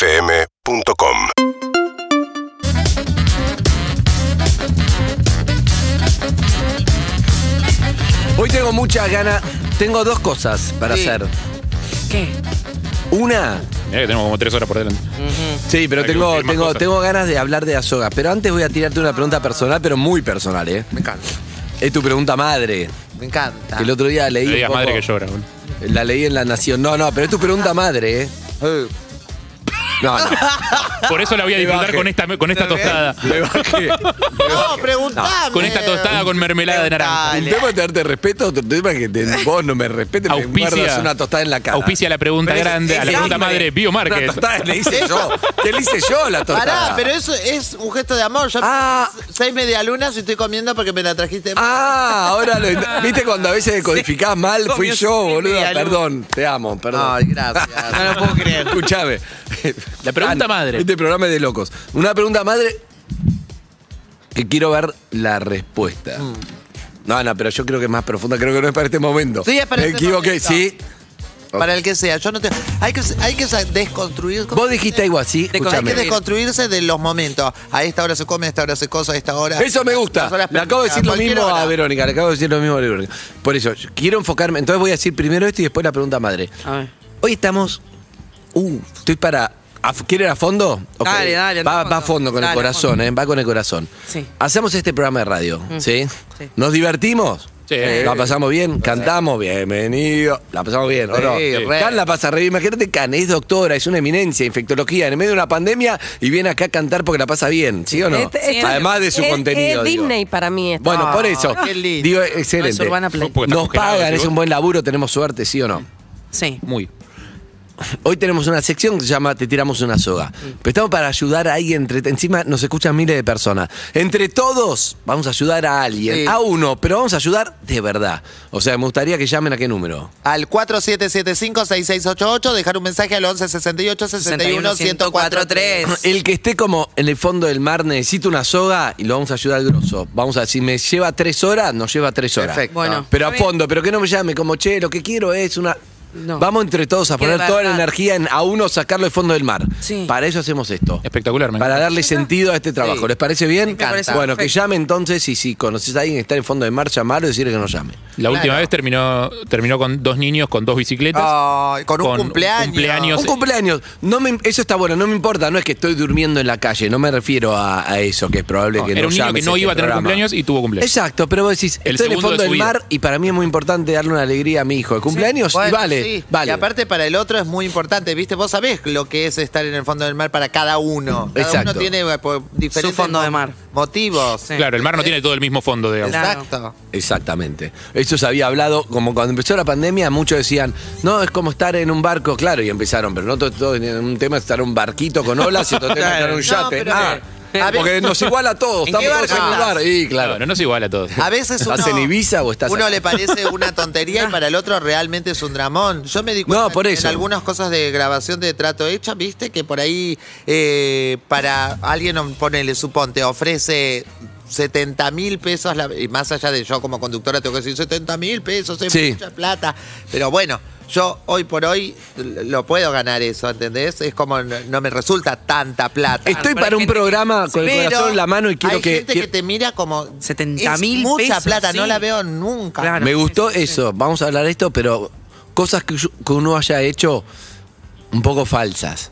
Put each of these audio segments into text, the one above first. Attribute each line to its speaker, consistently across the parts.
Speaker 1: UrbanaPlayFM.com
Speaker 2: Hoy tengo muchas ganas. Tengo dos cosas para
Speaker 3: Sí.
Speaker 2: hacer.
Speaker 3: ¿Qué?
Speaker 2: Una.
Speaker 4: Mirá que tenemos como tres horas por delante.
Speaker 2: Sí, pero
Speaker 4: Hay que
Speaker 2: tengo,
Speaker 4: cumplir más
Speaker 2: tengo,
Speaker 4: cosas.
Speaker 2: tengo ganas de hablar de Asoga. Pero antes voy a tirarte una pregunta personal, pero muy personal, ¿eh?
Speaker 3: Me encanta.
Speaker 2: Es tu pregunta madre.
Speaker 3: Me encanta.
Speaker 2: Que el otro día leí.
Speaker 4: Le
Speaker 2: un
Speaker 4: digas
Speaker 2: poco-
Speaker 4: madre que llora. boludo.
Speaker 2: La leí en La Nación. No, no, pero es tu pregunta madre, ¿eh?
Speaker 3: Eh,
Speaker 2: No, no.
Speaker 4: Por eso la voy a
Speaker 2: Me
Speaker 4: disfrutar
Speaker 2: bajé.
Speaker 4: con esta, con esta
Speaker 3: Me
Speaker 4: tostada.
Speaker 2: Me bajé.
Speaker 3: No, preguntame.
Speaker 4: Con esta tostada con mermelada de naranja.
Speaker 2: Un tema es darte respeto, otro tema es que te- vos no me respetes, me
Speaker 4: Auspicia-
Speaker 2: guardas una tostada en la cara.
Speaker 4: Auspicia la pregunta
Speaker 2: Pero es-
Speaker 4: grande, a la
Speaker 2: es
Speaker 4: pregunta
Speaker 2: hambre.
Speaker 4: madre, Bio
Speaker 2: Una
Speaker 4: Márquez.
Speaker 2: tostada le hice yo. ¿Qué le hice yo a la tostada?
Speaker 3: Pará, pero eso es un gesto de amor. Yo
Speaker 2: Ah.
Speaker 3: seis medialunas y estoy comiendo porque me la trajiste.
Speaker 2: Ah, ahora lo ent- ¿Viste cuando a veces decodificás mal? Fui
Speaker 3: Comió
Speaker 2: yo,
Speaker 3: sin
Speaker 2: boludo.
Speaker 3: media luz.
Speaker 2: Perdón, te amo, perdón.
Speaker 3: Ay, gracias. No lo puedo creer.
Speaker 2: Escuchame.
Speaker 4: La pregunta
Speaker 2: Ana,
Speaker 4: madre.
Speaker 2: Este programa es de locos. Una pregunta madre que quiero ver la respuesta.
Speaker 3: Mm.
Speaker 2: No, no, pero yo creo que es más profunda. Creo que no es para este momento.
Speaker 3: Sí, es para
Speaker 2: Me
Speaker 3: este
Speaker 2: equivoqué,
Speaker 3: momento.
Speaker 2: sí.
Speaker 3: Para el que sea. Yo no te. Hay que, hay que sa- desconstruir. ¿cómo
Speaker 2: Vos
Speaker 3: se
Speaker 2: dijiste
Speaker 3: dice?
Speaker 2: algo así.
Speaker 3: Hay que
Speaker 2: Escúchame.
Speaker 3: desconstruirse de los momentos. A esta hora se come, a esta hora se cosa, a esta hora.
Speaker 2: Eso me gusta.
Speaker 3: Las horas
Speaker 2: Le acabo de
Speaker 3: perdidas,
Speaker 2: decir lo
Speaker 3: cualquier
Speaker 2: mismo
Speaker 3: hora.
Speaker 2: a Verónica. Le acabo de decir lo mismo a Verónica. Por eso, yo quiero enfocarme. Entonces voy a decir primero esto y después la pregunta madre.
Speaker 5: A ver.
Speaker 2: Hoy estamos. Uh, estoy para. a- ¿Quieren a fondo? Ok.
Speaker 5: Dale, dale, anda
Speaker 2: Va,
Speaker 5: a fondo.
Speaker 2: va a fondo con el
Speaker 5: Dale, a
Speaker 2: corazón,
Speaker 5: fondo.
Speaker 2: ¿eh? Va con el corazón.
Speaker 5: Sí. Mm.
Speaker 2: Hacemos este programa de radio, ¿sí?
Speaker 5: Sí.
Speaker 2: ¿Nos divertimos?
Speaker 4: Sí. eh,
Speaker 2: ¿La pasamos bien? ¿Cantamos? Bienvenido. ¿La pasamos bien o no?
Speaker 3: Sí, re.
Speaker 2: Can la pasa re bien. Imagínate, Can es doctora, es una eminencia, infectología, en medio de una pandemia y viene acá a cantar porque la pasa bien, ¿sí o no?
Speaker 5: Este- este-
Speaker 2: Además de su
Speaker 5: es-
Speaker 2: contenido.
Speaker 5: Es
Speaker 2: digo.
Speaker 5: Disney para mí. esto.
Speaker 2: Bueno,
Speaker 3: Ah,
Speaker 2: por eso.
Speaker 3: qué lindo.
Speaker 2: Digo,
Speaker 5: No es
Speaker 2: excelente.
Speaker 5: Urbana Play.
Speaker 4: Porque está
Speaker 2: Nos
Speaker 4: congelado,
Speaker 2: pagan,
Speaker 4: ¿sí?
Speaker 2: es un buen laburo, tenemos suerte, ¿sí o no?
Speaker 5: Sí.
Speaker 4: Muy.
Speaker 2: Hoy tenemos una sección que se llama Te tiramos una soga. Pero estamos para ayudar a alguien. Entre, encima nos escuchan miles de personas. Entre todos vamos a ayudar a alguien,
Speaker 3: Sí.
Speaker 2: a uno, pero vamos a ayudar de verdad. O sea, me gustaría que llamen a qué número.
Speaker 3: Al 4775-6688, dejar un mensaje al 1168-61-1043.
Speaker 5: Ah,
Speaker 2: El que esté como en el fondo del mar necesita una soga y lo vamos a ayudar al grosso. Vamos a decir, me lleva tres horas, nos lleva tres horas.
Speaker 3: Perfecto.
Speaker 5: Bueno.
Speaker 2: Pero a
Speaker 5: Está bien.
Speaker 2: fondo, pero que no me llame como, che, lo que quiero es una...
Speaker 5: No.
Speaker 2: Vamos entre todos a
Speaker 5: Que
Speaker 2: poner
Speaker 5: de
Speaker 2: toda la
Speaker 5: verdad.
Speaker 2: energía en a uno sacarlo del fondo del mar.
Speaker 5: Sí.
Speaker 2: Para eso hacemos esto.
Speaker 4: Espectacular, me
Speaker 2: Para
Speaker 4: encanta.
Speaker 2: darle sentido a este trabajo.
Speaker 3: Sí.
Speaker 2: ¿Les parece bien?
Speaker 5: parece
Speaker 2: bueno, que
Speaker 5: perfecto.
Speaker 2: llame entonces y si conoces a alguien que está en fondo de mar, llamar o decirle que no llame.
Speaker 4: La última vez terminó, terminó con dos niños con dos bicicletas.
Speaker 2: Ah,
Speaker 3: Ay, con un cumpleaños.
Speaker 4: cumpleaños.
Speaker 2: Un cumpleaños. No me, eso está bueno, no me importa. No es que estoy durmiendo en la calle. No me refiero a, a eso, que es probable
Speaker 4: No,
Speaker 2: que
Speaker 4: era
Speaker 2: no
Speaker 4: un niño que
Speaker 2: llames
Speaker 4: no
Speaker 2: este
Speaker 4: iba a tener
Speaker 2: programa.
Speaker 4: cumpleaños y tuvo cumpleaños.
Speaker 2: Exacto, pero vos decís,
Speaker 4: El
Speaker 2: estoy en el
Speaker 4: segundo de
Speaker 2: fondo
Speaker 4: su
Speaker 2: del
Speaker 4: vida.
Speaker 2: mar y para mí es muy importante darle una alegría a mi hijo. El cumpleaños y
Speaker 3: Bueno,
Speaker 2: vale,
Speaker 3: sí.
Speaker 2: vale.
Speaker 3: Y aparte para el otro es muy importante, ¿viste? Vos sabés lo que es estar en el fondo del mar para cada uno. Cada
Speaker 2: Exacto.
Speaker 3: uno tiene eh, po- diferentes
Speaker 5: fondo
Speaker 3: mo-
Speaker 5: de mar.
Speaker 3: motivos.
Speaker 5: Sí.
Speaker 4: Claro, el mar no tiene todo el mismo fondo, digamos.
Speaker 5: Claro.
Speaker 3: Exacto.
Speaker 2: Exactamente. Eso se había hablado, como cuando empezó la pandemia, muchos decían, no, es como estar en un barco, claro, y empezaron, pero no todo, todo- un tema es estar en un barquito con olas y otro tema es estar en un
Speaker 3: Claro. No,
Speaker 2: yate.
Speaker 3: pero- eh,
Speaker 2: Ah,
Speaker 3: A ver-
Speaker 2: porque nos iguala a todos,
Speaker 5: ¿En qué
Speaker 2: estamos todos en
Speaker 3: barco
Speaker 2: un
Speaker 3: estás?
Speaker 2: bar. Y
Speaker 4: Claro,
Speaker 2: claro. Ah,
Speaker 4: no es igual a todos.
Speaker 3: A veces uno,
Speaker 2: ¿Estás en Ibiza o estás
Speaker 3: uno
Speaker 2: acá?
Speaker 3: le parece una tontería y para el otro realmente es un dramón. Yo me di cuenta
Speaker 2: No, por
Speaker 3: que
Speaker 2: eso.
Speaker 3: en algunas cosas de grabación de trato hecha, viste, que por ahí eh, para alguien, ponele, suponte, ofrece 70 mil pesos, la- y más allá de yo como conductora tengo que decir 70 mil pesos, es
Speaker 2: Sí.
Speaker 3: mucha plata. Pero bueno, yo hoy por hoy lo puedo ganar eso, ¿entendés? Es como no, no me resulta tanta plata.
Speaker 2: Estoy
Speaker 5: pero hay
Speaker 2: para un
Speaker 5: gente-
Speaker 2: programa con el
Speaker 3: Pero
Speaker 2: corazón en la mano y quiero
Speaker 3: hay
Speaker 2: que.
Speaker 3: gente que
Speaker 2: quiero-
Speaker 3: te mira como
Speaker 5: 70.000
Speaker 3: es mucha
Speaker 5: pesos,
Speaker 3: plata, no
Speaker 5: sí.
Speaker 3: la veo nunca.
Speaker 5: Claro.
Speaker 2: Me gustó
Speaker 5: Sí, sí, sí.
Speaker 2: eso. Vamos a hablar de esto, pero cosas que, yo- que uno haya hecho un poco falsas.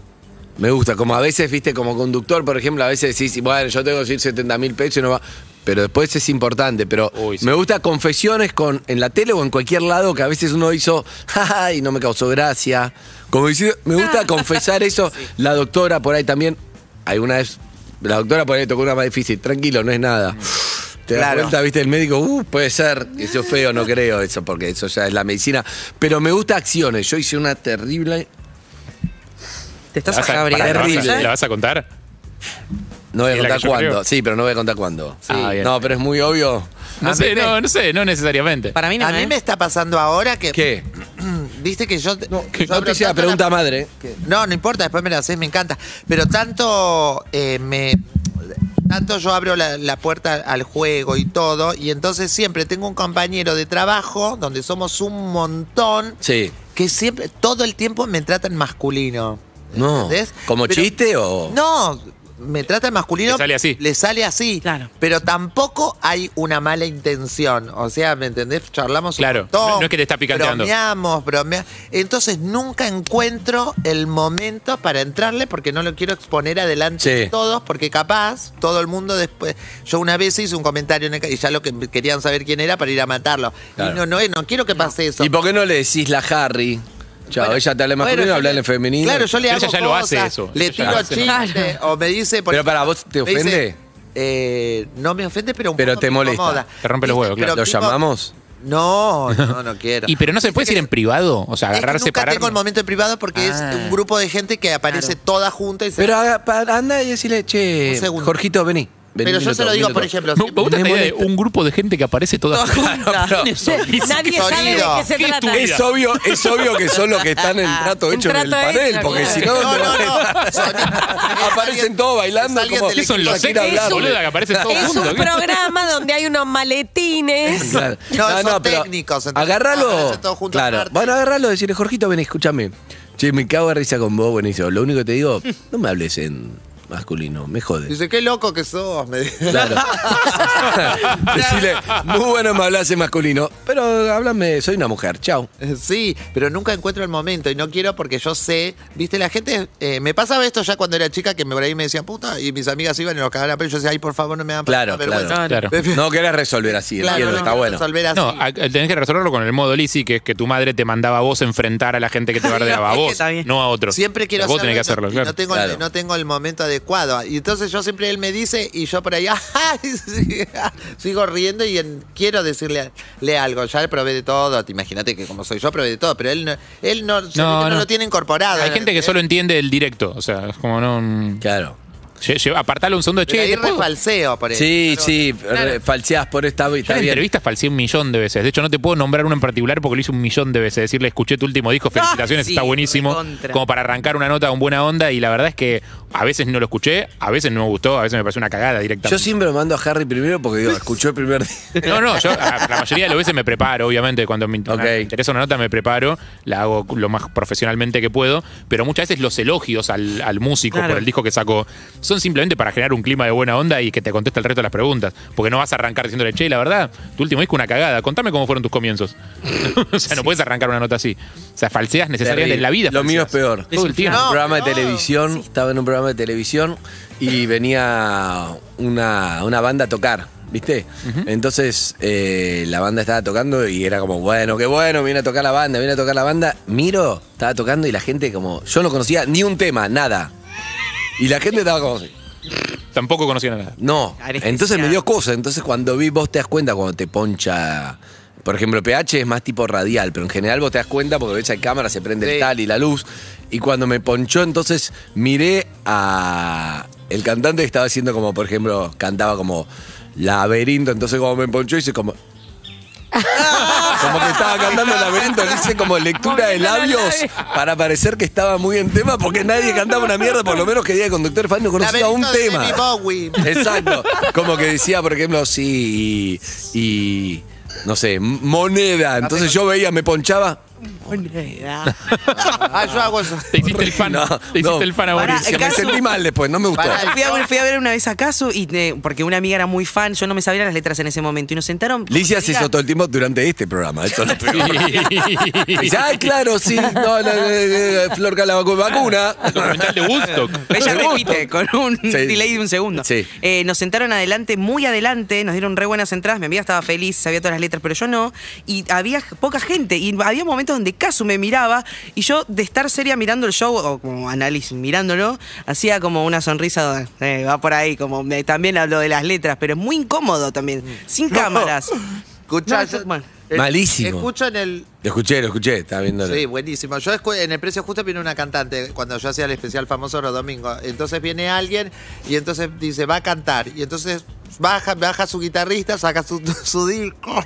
Speaker 2: Me gusta. Como a veces, viste, como conductor, por ejemplo, a veces decís, bueno, yo tengo que decir 70 mil pesos y no va. Pero después es importante. Pero
Speaker 4: Uy, sí.
Speaker 2: me gusta confesiones con, en la tele o en cualquier lado que a veces uno hizo, jaja, y no me causó gracia. Como diciendo, me gusta confesar eso. La doctora por ahí también, alguna vez, la doctora por ahí le tocó una más difícil. Tranquilo, no es nada.
Speaker 4: Mm.
Speaker 2: Te das
Speaker 3: Claro.
Speaker 2: cuenta, viste, el médico, uh, puede ser, eso es feo, no creo eso, porque eso ya es la medicina. Pero me gusta acciones. Yo hice una terrible.
Speaker 5: Te
Speaker 4: ¿La
Speaker 5: estás
Speaker 4: vas a-
Speaker 5: abriendo.
Speaker 4: pará, ¿la vas a-
Speaker 2: terrible.
Speaker 4: ¿La vas a contar?
Speaker 2: No voy a
Speaker 4: ¿Es la
Speaker 2: contar
Speaker 4: que yo
Speaker 2: cuándo.
Speaker 4: creo?
Speaker 2: Sí, pero no voy a contar cuándo.
Speaker 4: Ah, bien.
Speaker 2: no, pero es muy obvio.
Speaker 4: No
Speaker 3: A
Speaker 4: sé,
Speaker 3: mí me-
Speaker 4: no, no sé, no necesariamente.
Speaker 5: Para mí no.
Speaker 3: A mí
Speaker 5: ¿eh?
Speaker 3: me está pasando ahora que.
Speaker 2: ¿Qué?
Speaker 3: Viste que yo. yo
Speaker 2: No
Speaker 3: abro
Speaker 2: te hice la
Speaker 3: tanto
Speaker 2: pregunta madre.
Speaker 3: No, no importa, después me la haces, me encanta. Pero tanto eh, me. Tanto yo abro la, la puerta al juego y todo, y entonces siempre tengo un compañero de trabajo donde somos un montón
Speaker 2: Sí.
Speaker 3: que siempre, todo el tiempo me tratan masculino.
Speaker 2: No.
Speaker 3: ¿entendés?
Speaker 2: ¿Como chiste o-
Speaker 3: No, me trata el masculino.
Speaker 4: Le sale así.
Speaker 3: Le sale así.
Speaker 5: Claro.
Speaker 3: Pero tampoco hay una mala intención. O sea, ¿me entendés? Charlamos
Speaker 4: Claro,
Speaker 3: un montón.
Speaker 4: no- no es que te está picanteando.
Speaker 3: Bromeamos, bromea- Entonces nunca encuentro el momento para entrarle porque no lo quiero exponer adelante
Speaker 2: Sí.
Speaker 3: de todos, porque capaz todo el mundo después. Yo una vez hice un comentario en el ca- y ya lo que querían saber quién era para ir a matarlo.
Speaker 2: Claro.
Speaker 3: Y no, eh, no, es- no quiero que pase eso.
Speaker 2: ¿Y por qué no le decís la Harry? Chao,
Speaker 3: Bueno,
Speaker 2: ella te habla en
Speaker 3: bueno,
Speaker 2: masculino,
Speaker 3: yo
Speaker 2: habla
Speaker 3: le-
Speaker 2: en femenino.
Speaker 3: Claro, yo le
Speaker 4: Pero
Speaker 3: hago
Speaker 4: ella ya lo
Speaker 3: cosas,
Speaker 4: hace eso,
Speaker 3: Le
Speaker 4: ella ya
Speaker 3: tiro
Speaker 4: lo
Speaker 3: a
Speaker 4: hace.
Speaker 3: chiste
Speaker 5: Claro.
Speaker 3: o me dice... por
Speaker 2: Pero
Speaker 3: ejemplo,
Speaker 2: para vos, ¿te
Speaker 3: me dice,
Speaker 2: ofende?
Speaker 3: eh, no me ofende, pero un
Speaker 2: Pero
Speaker 3: poco
Speaker 2: te
Speaker 3: me
Speaker 2: molesta.
Speaker 3: incomoda.
Speaker 4: Te rompe los
Speaker 3: Dice,
Speaker 4: huevos, claro.
Speaker 3: pero
Speaker 2: ¿Lo
Speaker 3: tipo,
Speaker 2: llamamos?
Speaker 3: No, no, no quiero.
Speaker 4: Y pero no se puede decir en privado, o sea,
Speaker 3: Es que
Speaker 4: agarrar,
Speaker 3: nunca
Speaker 4: separar.
Speaker 3: tengo el momento en privado porque
Speaker 4: Ah.
Speaker 3: es un grupo de gente que aparece toda junta y se...
Speaker 2: Pero haga- pa- anda y decirle, che,
Speaker 3: Un segundo.
Speaker 2: Jorgito, vení. vení
Speaker 3: Pero yo
Speaker 2: un
Speaker 3: se lo
Speaker 2: minuto,
Speaker 3: digo,
Speaker 2: un
Speaker 3: por
Speaker 2: minuto.
Speaker 3: ejemplo,
Speaker 4: Me, me gusta esta idea de un grupo de gente que aparece toda
Speaker 5: Todas juntas.
Speaker 2: pero-
Speaker 5: Nadie
Speaker 3: Sonido.
Speaker 5: sabe de qué se
Speaker 4: ¿Qué
Speaker 5: trata.
Speaker 4: tu-
Speaker 2: Es obvio, es obvio que son los que están en trato
Speaker 5: En
Speaker 2: hecho en,
Speaker 5: trato
Speaker 2: el panel,
Speaker 5: hecho,
Speaker 2: porque
Speaker 5: claro.
Speaker 2: si no,
Speaker 3: No,
Speaker 2: ¿dónde
Speaker 3: no, no.
Speaker 2: van?
Speaker 3: Son-
Speaker 2: aparecen todos bailando.
Speaker 3: Es alguien
Speaker 2: como-
Speaker 3: del
Speaker 4: ¿Qué son los
Speaker 2: Shakira
Speaker 4: sexys,
Speaker 2: hablando.
Speaker 4: boludo, que aparecen todos
Speaker 5: Es
Speaker 4: juntos?
Speaker 5: un programa donde hay unos maletines.
Speaker 2: Claro.
Speaker 3: No, son técnicos, entonces,
Speaker 2: Agarralo.
Speaker 3: aparecen todos juntos
Speaker 2: Claro.
Speaker 3: aparte.
Speaker 2: Bueno, agarralo, decirle, Jorgito, ven, escúchame. Che, me cago de risa con vos, buenísimo. Lo único que te digo, no me hables en masculino, me jodes.
Speaker 3: Dice, qué loco que sos, me dice.
Speaker 2: Claro. Decirle, muy bueno me hablas en masculino, pero háblame, soy una mujer, chao.
Speaker 3: Sí, pero nunca encuentro el momento y no quiero porque yo sé, viste, la gente, eh, me pasaba esto ya cuando era chica que me, por ahí me decían puta y mis amigas iban y nos cagaban a pelo y yo decía, ay, por favor, no me hagan pasar
Speaker 2: Claro,
Speaker 3: vergüenza.
Speaker 5: claro.
Speaker 4: Claro.
Speaker 2: No querés resolver así,
Speaker 3: Claro,
Speaker 2: entiendo,
Speaker 3: no
Speaker 2: está
Speaker 3: quiero
Speaker 2: bueno.
Speaker 3: resolver así.
Speaker 4: No, a- a- tenés que resolverlo con el modo Lisi, que es que tu madre te mandaba a vos enfrentar a la gente que te bardeaba, a
Speaker 5: es que
Speaker 4: vos,
Speaker 5: está bien.
Speaker 4: no a otro.
Speaker 3: Siempre quiero
Speaker 4: Vos tenés que hacerlo,
Speaker 3: hacerlo y
Speaker 4: claro.
Speaker 3: no, tengo
Speaker 2: Claro.
Speaker 3: el, no tengo el momento adecuado. Y entonces yo siempre él me dice y yo por ahí "Ay", sí, sigo riendo y en- quiero decirle le algo. Ya le probé de todo, te imagínate que como soy yo probé de todo, pero él no, él no, se ve que no lo tiene incorporado.
Speaker 4: Hay gente que
Speaker 3: ¿eh?
Speaker 4: solo entiende el directo, o sea, es como no. un-
Speaker 2: Claro.
Speaker 4: Lle- lle- Apartalo un segundo,
Speaker 3: Pero
Speaker 4: che,
Speaker 3: ahí
Speaker 4: ¿te puedo-
Speaker 3: refalseo por eso.
Speaker 2: Sí, sí, re- falseás por esta
Speaker 4: Yo
Speaker 2: está
Speaker 4: en
Speaker 2: bien.
Speaker 4: entrevistas falseé un millón de veces. De hecho, no te puedo nombrar uno en particular porque lo hice un millón de veces. Decirle, escuché tu último disco, felicitaciones,
Speaker 5: sí,
Speaker 4: está buenísimo.
Speaker 5: recontra.
Speaker 4: Como para arrancar una nota con buena onda. Y la verdad es que a veces no lo escuché, a veces no me gustó, a veces me pareció una cagada
Speaker 2: Yo
Speaker 4: directamente.
Speaker 2: siempre lo mando a Harry primero porque digo, escuchó el primer día.
Speaker 4: No, no, yo a- la mayoría de las veces me preparo, obviamente, cuando me, inter-
Speaker 2: Ok.
Speaker 4: me interesa una nota me preparo, la hago lo más profesionalmente que puedo, pero muchas veces los elogios al, al músico
Speaker 5: Claro.
Speaker 4: por el disco que sacó son simplemente para generar un clima de buena onda y que te conteste el resto de las preguntas, porque no vas a arrancar diciéndole, che, la verdad, tu último disco una cagada, contame cómo fueron tus comienzos. o sea, no puedes arrancar una nota así. O sea, falseas necesarias
Speaker 2: Terrible.
Speaker 4: en la vida.
Speaker 2: Lo mío es
Speaker 4: falseas.
Speaker 2: peor.
Speaker 4: Todo el tiempo.
Speaker 2: en un programa de
Speaker 3: no.
Speaker 2: televisión, estaba en un programa de televisión y venía una, una banda a tocar, ¿viste? Entonces eh, la banda estaba tocando y era como, bueno, qué bueno, viene a tocar la banda, viene a tocar la banda. Miro, estaba tocando y la gente como, yo no conocía ni un tema, nada. Y la gente estaba como así.
Speaker 4: Tampoco conocían nada.
Speaker 2: No.
Speaker 5: Anestesiado.
Speaker 2: Entonces me dio cosa. Entonces cuando vi, vos te das cuenta cuando te poncha. Por ejemplo, pH es más tipo radial, pero en general vos te das cuenta porque ves hay cámara, se prende el
Speaker 3: Sí.
Speaker 2: tal y la luz. Y cuando me ponchó, entonces miré a el cantante que estaba haciendo como, por ejemplo, cantaba como laberinto. Entonces como me ponchó hice como. Como que estaba cantando laberinto, le hice como lectura de
Speaker 5: Moviendo los
Speaker 2: labios
Speaker 5: labios.
Speaker 2: para parecer que estaba muy en tema, porque nadie cantaba una mierda, por lo menos que día de conductor fan no conocía un
Speaker 3: Laberinto de
Speaker 2: tema.
Speaker 3: David Bowie.
Speaker 2: Exacto. Como que decía, por ejemplo, sí y, y, no sé, m- moneda. Entonces yo veía, me ponchaba.
Speaker 3: Ah, yo hago eso.
Speaker 4: Te hiciste el fan.
Speaker 2: No,
Speaker 4: te hiciste
Speaker 2: no.
Speaker 4: el fan a
Speaker 1: Pará,
Speaker 4: Boris.
Speaker 2: Que me
Speaker 1: Casu.
Speaker 2: sentí mal después, no me gustó.
Speaker 3: Pará.
Speaker 1: Fui a, fui a ver una vez a Casu y eh, porque una amiga era muy fan, yo no me sabía las letras en ese momento y nos sentaron.
Speaker 2: Licia se hizo todo el tiempo durante este programa. Eso es lo peor. Dice, ah, claro, sí. No, no, no, no, no, Flor Calabacu- vacuna.
Speaker 4: El documental de Woodstock.
Speaker 1: Ella
Speaker 2: Me gusta.
Speaker 1: repite con un
Speaker 2: Sí.
Speaker 1: delay de un segundo.
Speaker 2: Sí.
Speaker 1: Eh, nos sentaron adelante, muy adelante, nos dieron re buenas entradas. Mi amiga estaba feliz, sabía todas las letras, pero yo no. Y había poca gente. Y había momentos donde Casu me miraba y yo, de estar seria mirando el show, o como análisis mirándolo, hacía como una sonrisa, eh, va por ahí, como me- también hablo de las letras, pero es muy incómodo también, sin cámaras.
Speaker 3: Escuchá,
Speaker 1: No, yo- bueno.
Speaker 3: eh,
Speaker 2: Malísimo.
Speaker 3: Escucho en el,
Speaker 2: Lo escuché, lo escuché, estaba viéndolo.
Speaker 3: Sí, buenísimo. Yo escu- en el precio justo viene una cantante cuando yo hacía el especial famoso los domingos. Entonces viene alguien y entonces dice, va a cantar. Y entonces baja, baja su guitarrista, saca su, su disco.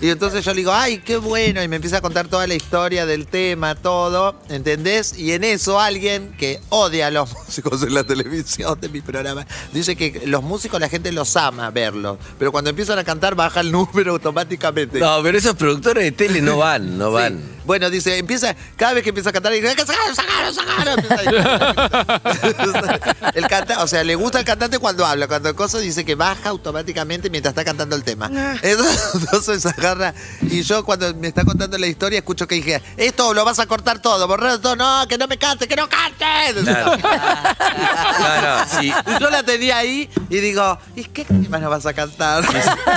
Speaker 3: Y entonces yo le digo, ay, qué bueno. Y me empieza a contar toda la historia del tema, todo. ¿Entendés? Y en eso alguien que odia a los músicos en la televisión de mi programa dice que los músicos la gente los ama verlos. Pero cuando empiezan a cantar baja el número automáticamente.
Speaker 2: No, pero esos productores de tele no van, no
Speaker 3: Sí.
Speaker 2: van.
Speaker 3: Bueno, dice, empieza, cada vez que empieza a cantar, dice, sacaron, sacaron, sacaron. Empieza ahí. el canta, o sea, le gusta al cantante cuando habla, cuando cosa dice que baja automáticamente mientras está cantando el tema. Entonces agarra, y yo cuando me está contando la historia, escucho que dije, esto lo vas a cortar todo, borrar todo, no, que no me cante, que no cante.
Speaker 2: Claro. No, no, si,
Speaker 3: Y Yo la tenía ahí y digo, ¿y qué más no vas a cantar?
Speaker 2: si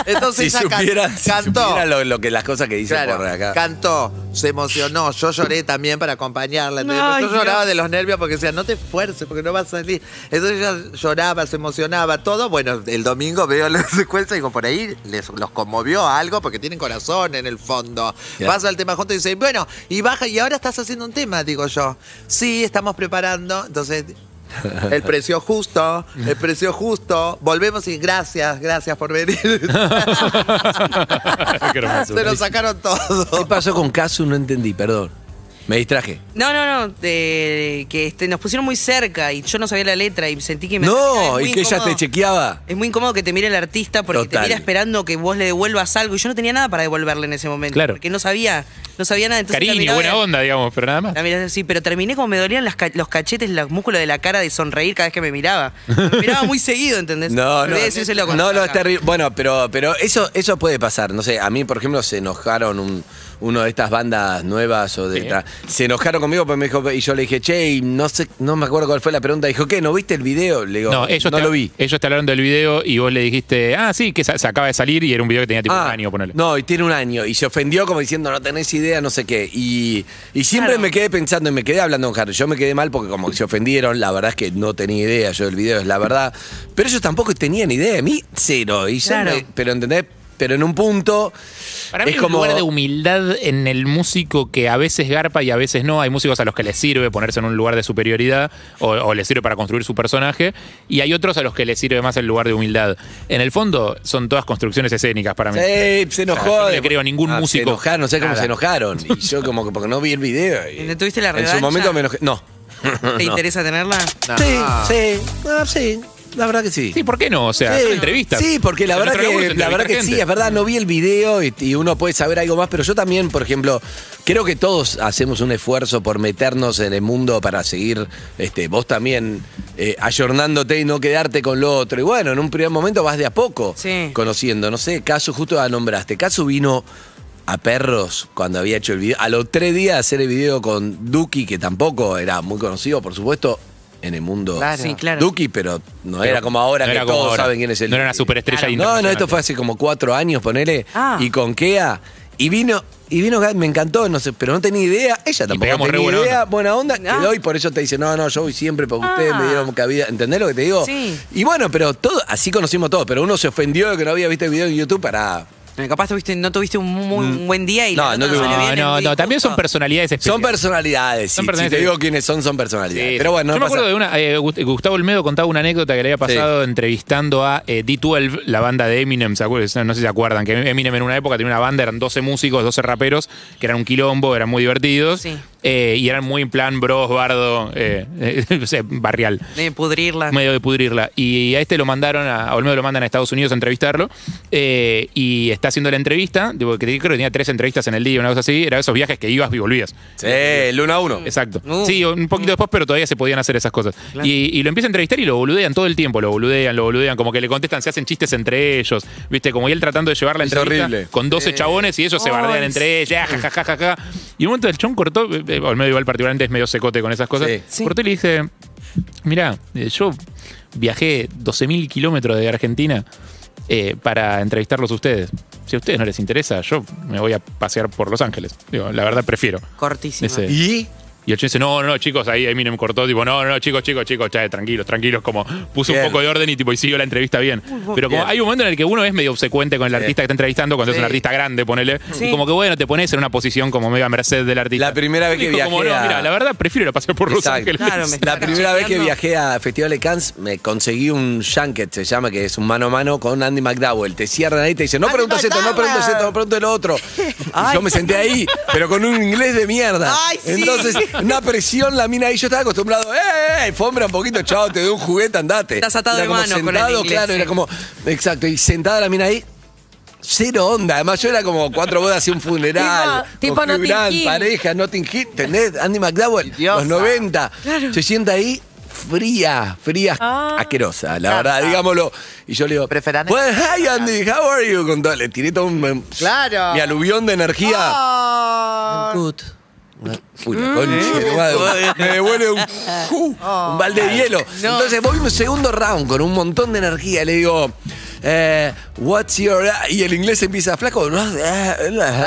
Speaker 3: Entonces ella can-
Speaker 2: supiera, si
Speaker 3: cantó.
Speaker 2: supiera lo, lo que las cosas que dice
Speaker 3: Claro,
Speaker 2: por acá.
Speaker 3: cantó, se emocionó, yo lloré también para acompañarla. ¿entendés?
Speaker 1: Ay,
Speaker 3: yo
Speaker 1: Dios.
Speaker 3: lloraba de los nervios porque decía, no te esfuerces porque no va a salir. Entonces ella lloraba, se emocionaba, todo. Bueno, el domingo veo la secuencia y digo, por ahí les, los conmovió algo porque tienen corazón en el fondo.
Speaker 2: Claro.
Speaker 3: Pasa el tema junto y dice, bueno, y baja, y ahora estás haciendo un tema, digo yo. Sí, estamos preparando, entonces... El precio justo, el precio justo. Volvemos y gracias, gracias por venir.
Speaker 4: Qué hermoso.
Speaker 3: Se lo sacaron todo.
Speaker 2: ¿Qué pasó con Casu? No entendí, perdón. Me distraje.
Speaker 1: No, no, no, eh, que este, nos pusieron muy cerca y yo no sabía la letra y sentí que me...
Speaker 2: no,
Speaker 1: es muy
Speaker 2: y que ella
Speaker 1: incómodo.
Speaker 2: te chequeaba.
Speaker 1: Es muy incómodo que te mire el artista porque
Speaker 2: Total.
Speaker 1: te mira esperando que vos le devuelvas algo y yo no tenía nada para devolverle en ese momento.
Speaker 4: Claro.
Speaker 1: Porque no sabía, no sabía nada. Entonces la
Speaker 4: Cariño,
Speaker 1: miraba-
Speaker 4: buena onda, digamos, pero nada más.
Speaker 1: la miraba así, pero terminé como me dolían las ca- los cachetes, los músculos de la cara de sonreír cada vez que me miraba. Me miraba muy seguido, ¿entendés?
Speaker 2: No, no.
Speaker 1: Olvidé decírselo
Speaker 2: No,
Speaker 1: cuando
Speaker 2: no,
Speaker 1: estaba
Speaker 2: es
Speaker 1: acá.
Speaker 2: terrible. Bueno, pero, pero eso, eso puede pasar. No sé, a mí, por ejemplo, se enojaron un- uno de estas bandas nuevas o de
Speaker 4: Sí.
Speaker 2: ta- se enojaron conmigo porque me dijo, y yo le dije, che, y no sé, no me acuerdo cuál fue la pregunta. Dijo, ¿qué? ¿No viste el video? Le digo, no,
Speaker 4: No, ellos te,
Speaker 2: lo vi.
Speaker 4: Ellos te hablaron del video y vos le dijiste, ah, sí, que sa- se acaba de salir y era un video que tenía tipo
Speaker 2: Ah,
Speaker 4: un año, ponele.
Speaker 2: No, y tiene un año. Y se ofendió como diciendo, no tenés idea, no sé qué. Y, y siempre
Speaker 1: Claro.
Speaker 2: me quedé pensando y me quedé hablando con Harry. Yo me quedé mal porque como que se ofendieron, la verdad es que no tenía idea yo del video, es la verdad. Pero ellos tampoco tenían idea de mí, cero. Y yo
Speaker 1: Claro.
Speaker 2: me- pero entendés, pero en un punto
Speaker 4: Para mí
Speaker 2: es
Speaker 4: es
Speaker 2: como...
Speaker 4: un lugar de humildad en el músico que a veces garpa y a veces no. Hay músicos a los que les sirve ponerse en un lugar de superioridad o, o les sirve para construir su personaje y hay otros a los que les sirve más el lugar de humildad. En el fondo son todas construcciones escénicas para mí.
Speaker 2: Sí, se enojó.
Speaker 4: O sea, yo no le creo a ningún
Speaker 2: Ah,
Speaker 4: músico.
Speaker 2: Se enojaron, no sé cómo
Speaker 4: Nada.
Speaker 2: se enojaron. Y yo como que porque no vi el video. y-
Speaker 1: ¿No tuviste la
Speaker 2: En su
Speaker 1: revancha?
Speaker 2: momento me enojé. No.
Speaker 1: ¿Te
Speaker 2: No.
Speaker 1: interesa tenerla?
Speaker 2: Sí, sí. Ah, sí. La verdad que sí.
Speaker 4: Sí, ¿por qué no? O sea,
Speaker 2: Sí.
Speaker 4: son entrevistas.
Speaker 2: Sí, porque la
Speaker 4: Es
Speaker 2: verdad
Speaker 4: nuestro laburo,
Speaker 2: que,
Speaker 4: es
Speaker 2: la verdad que
Speaker 4: entrevistar
Speaker 2: sí,
Speaker 4: gente.
Speaker 2: es verdad, no vi el video y, y uno puede saber algo más, pero yo también, por ejemplo, creo que todos hacemos un esfuerzo por meternos en el mundo para seguir, este, vos también, eh, ayornándote y no quedarte con lo otro. Y bueno, en un primer momento vas de a poco
Speaker 1: Sí.
Speaker 2: conociendo, no sé, Casu, justo la nombraste, Casu vino... A perros cuando había hecho el video. A los tres días de hacer el video con Duki, que tampoco era muy conocido, por supuesto, en el mundo
Speaker 3: Claro.
Speaker 1: Sí, claro.
Speaker 2: Duki, pero no
Speaker 4: Pero
Speaker 2: era como ahora
Speaker 4: no
Speaker 2: que
Speaker 4: era como
Speaker 2: todos
Speaker 4: ahora.
Speaker 2: saben quién es el.
Speaker 4: No era una superestrella
Speaker 2: No, no,
Speaker 4: internacional.
Speaker 2: esto fue hace como cuatro años, ponele.
Speaker 1: Ah.
Speaker 2: Y con Kea. Y vino, y vino, me encantó, no sé, pero no tenía idea. Ella tampoco
Speaker 4: pegamos
Speaker 2: tenía
Speaker 4: re buena
Speaker 2: idea,
Speaker 4: onda.
Speaker 2: buena onda.
Speaker 1: Ah.
Speaker 2: Quedó y por eso te dice, no, no, yo voy siempre porque ustedes
Speaker 1: Ah.
Speaker 2: me dieron cabida. ¿Entendés lo que te digo?
Speaker 1: Sí.
Speaker 2: Y bueno, pero todo, así conocimos todo, pero uno se ofendió de que no había visto el video en YouTube para.
Speaker 1: Eh, Capaz tuviste, no tuviste un, muy, un buen día y
Speaker 2: Mm. No,
Speaker 1: la
Speaker 2: no
Speaker 1: nota
Speaker 2: tuve-
Speaker 1: salió
Speaker 4: No,
Speaker 1: bien,
Speaker 4: no,
Speaker 1: es
Speaker 4: no,
Speaker 1: muy
Speaker 4: también son
Speaker 1: injusto.
Speaker 4: personalidades
Speaker 2: Ah. Son
Speaker 4: especiales.
Speaker 2: personalidades.
Speaker 4: Son
Speaker 2: sí, Si
Speaker 4: personalidades.
Speaker 2: te digo quiénes son, son personalidades.
Speaker 4: Sí, sí.
Speaker 2: pero bueno,
Speaker 4: yo
Speaker 2: no
Speaker 4: me
Speaker 2: pasa-
Speaker 4: acuerdo de una. eh, Gust- Gustavo Olmedo contaba una anécdota que le había pasado entrevistando a eh, D12, la banda de Eminem. ¿se acuerdan? No, no sé si se acuerdan, que Eminem en una época tenía una banda, eran 12 músicos, 12 raperos, que eran un quilombo, eran muy divertidos.
Speaker 1: Sí.
Speaker 4: eh, y eran muy en plan bros, bardo, eh, eh, o sea, barrial.
Speaker 1: De pudrirla.
Speaker 4: Medio de pudrirla. Y a este lo mandaron, a a Olmedo lo mandan a Estados Unidos a entrevistarlo. eh, y está haciendo la entrevista, digo, que creo que tenía tres entrevistas en el día, una cosa así. Era esos viajes que ibas y volvías.
Speaker 2: Sí, el uno a uno.
Speaker 4: Exacto.
Speaker 1: Uh.
Speaker 4: sí, un poquito después, pero todavía se podían hacer esas cosas. Y, y lo empieza a entrevistar y lo boludean todo el tiempo, lo boludean, lo boludean, como que le contestan, se hacen chistes entre ellos, ¿viste? Como y él tratando de llevar la
Speaker 2: Es
Speaker 4: entrevista
Speaker 2: horrible.
Speaker 4: con 12 chabones y ellos se
Speaker 1: Ay,
Speaker 4: bardean entre ellos, ah, ja, ja, ja, ja, ja. Y en un momento el chon cortó, eh, eh, Olmedo igual particularmente es medio secote con esas cosas,
Speaker 2: Sí.
Speaker 1: Sí.
Speaker 4: cortó y le dice, mirá, eh, yo viajé 12.000 kilómetros de Argentina eh, para entrevistarlos a ustedes. Si a ustedes no les interesa, yo me voy a pasear por Los Ángeles. Digo, la verdad prefiero.
Speaker 1: Cortísima.
Speaker 4: Ese-
Speaker 2: ¿Y?
Speaker 4: Y el chino dice, no, no, no, chicos, ahí, ahí me cortó, tipo, no, no, no, chicos, chicos, chicos, ya, tranquilos, tranquilos, como puso
Speaker 2: Bien.
Speaker 4: un poco de orden y tipo, y siguió la entrevista bien. Pero como
Speaker 2: Bien.
Speaker 4: hay un momento en el que uno es medio obsecuente con el artista que está entrevistando, cuando es un
Speaker 2: Sí.
Speaker 4: artista grande, ponele,
Speaker 1: Sí.
Speaker 4: y como que bueno, te pones en una posición como mega merced del artista.
Speaker 2: La primera vez que
Speaker 4: Dijo como,
Speaker 2: viajé
Speaker 4: no,
Speaker 2: a-
Speaker 4: mira, la verdad prefiero la pasar por Los
Speaker 2: Exacto.
Speaker 4: Ángeles.
Speaker 1: Claro, me
Speaker 2: La
Speaker 1: está
Speaker 2: primera vez que
Speaker 1: cambiando.
Speaker 2: viajé a Festival de Cannes me conseguí un junket, se llama, que es un mano a mano con Andy McDowell. Te cierran ahí, te dicen, no preguntas esto, no preguntas esto, no preguntas lo otro. Y yo me senté ahí, pero con un inglés de mierda.
Speaker 1: Ay, sí.
Speaker 2: Entonces, una presión, la mina ahí, yo estaba acostumbrado, eh, eh, eh, fombra un poquito, chao, te doy un juguete, andate.
Speaker 1: Estás atado
Speaker 2: Era
Speaker 1: de
Speaker 2: como
Speaker 1: mano con el
Speaker 2: sentado,
Speaker 1: inglés,
Speaker 2: claro,
Speaker 1: sí.
Speaker 2: era como, exacto, y sentada la mina ahí. Cero onda, además yo era como cuatro bodas y un funeral.
Speaker 5: Tipo- tipo
Speaker 2: con
Speaker 5: Notting
Speaker 2: Hugh Grant,
Speaker 5: Hill.
Speaker 2: pareja, Notting Hill, ¿entendés? Andy McDowell,
Speaker 3: Diosa.
Speaker 2: los 90. Se sienta ahí fría, fría,
Speaker 5: Ah.
Speaker 2: asquerosa, la
Speaker 3: Claro.
Speaker 2: verdad, digámoslo. Y yo le digo,
Speaker 3: Preferan-
Speaker 2: well, hi Andy, how are you? Con todo, le tiré todo un,
Speaker 3: Claro.
Speaker 2: mi aluvión de energía.
Speaker 1: Ah.
Speaker 2: Good. Uy, la concha de madre. Me devuelve un, uh,
Speaker 3: Oh.
Speaker 2: un balde de hielo. Entonces voy un segundo round con un montón de energía. Le digo, eh, what's your. Y el inglés empieza flaco. ¿no?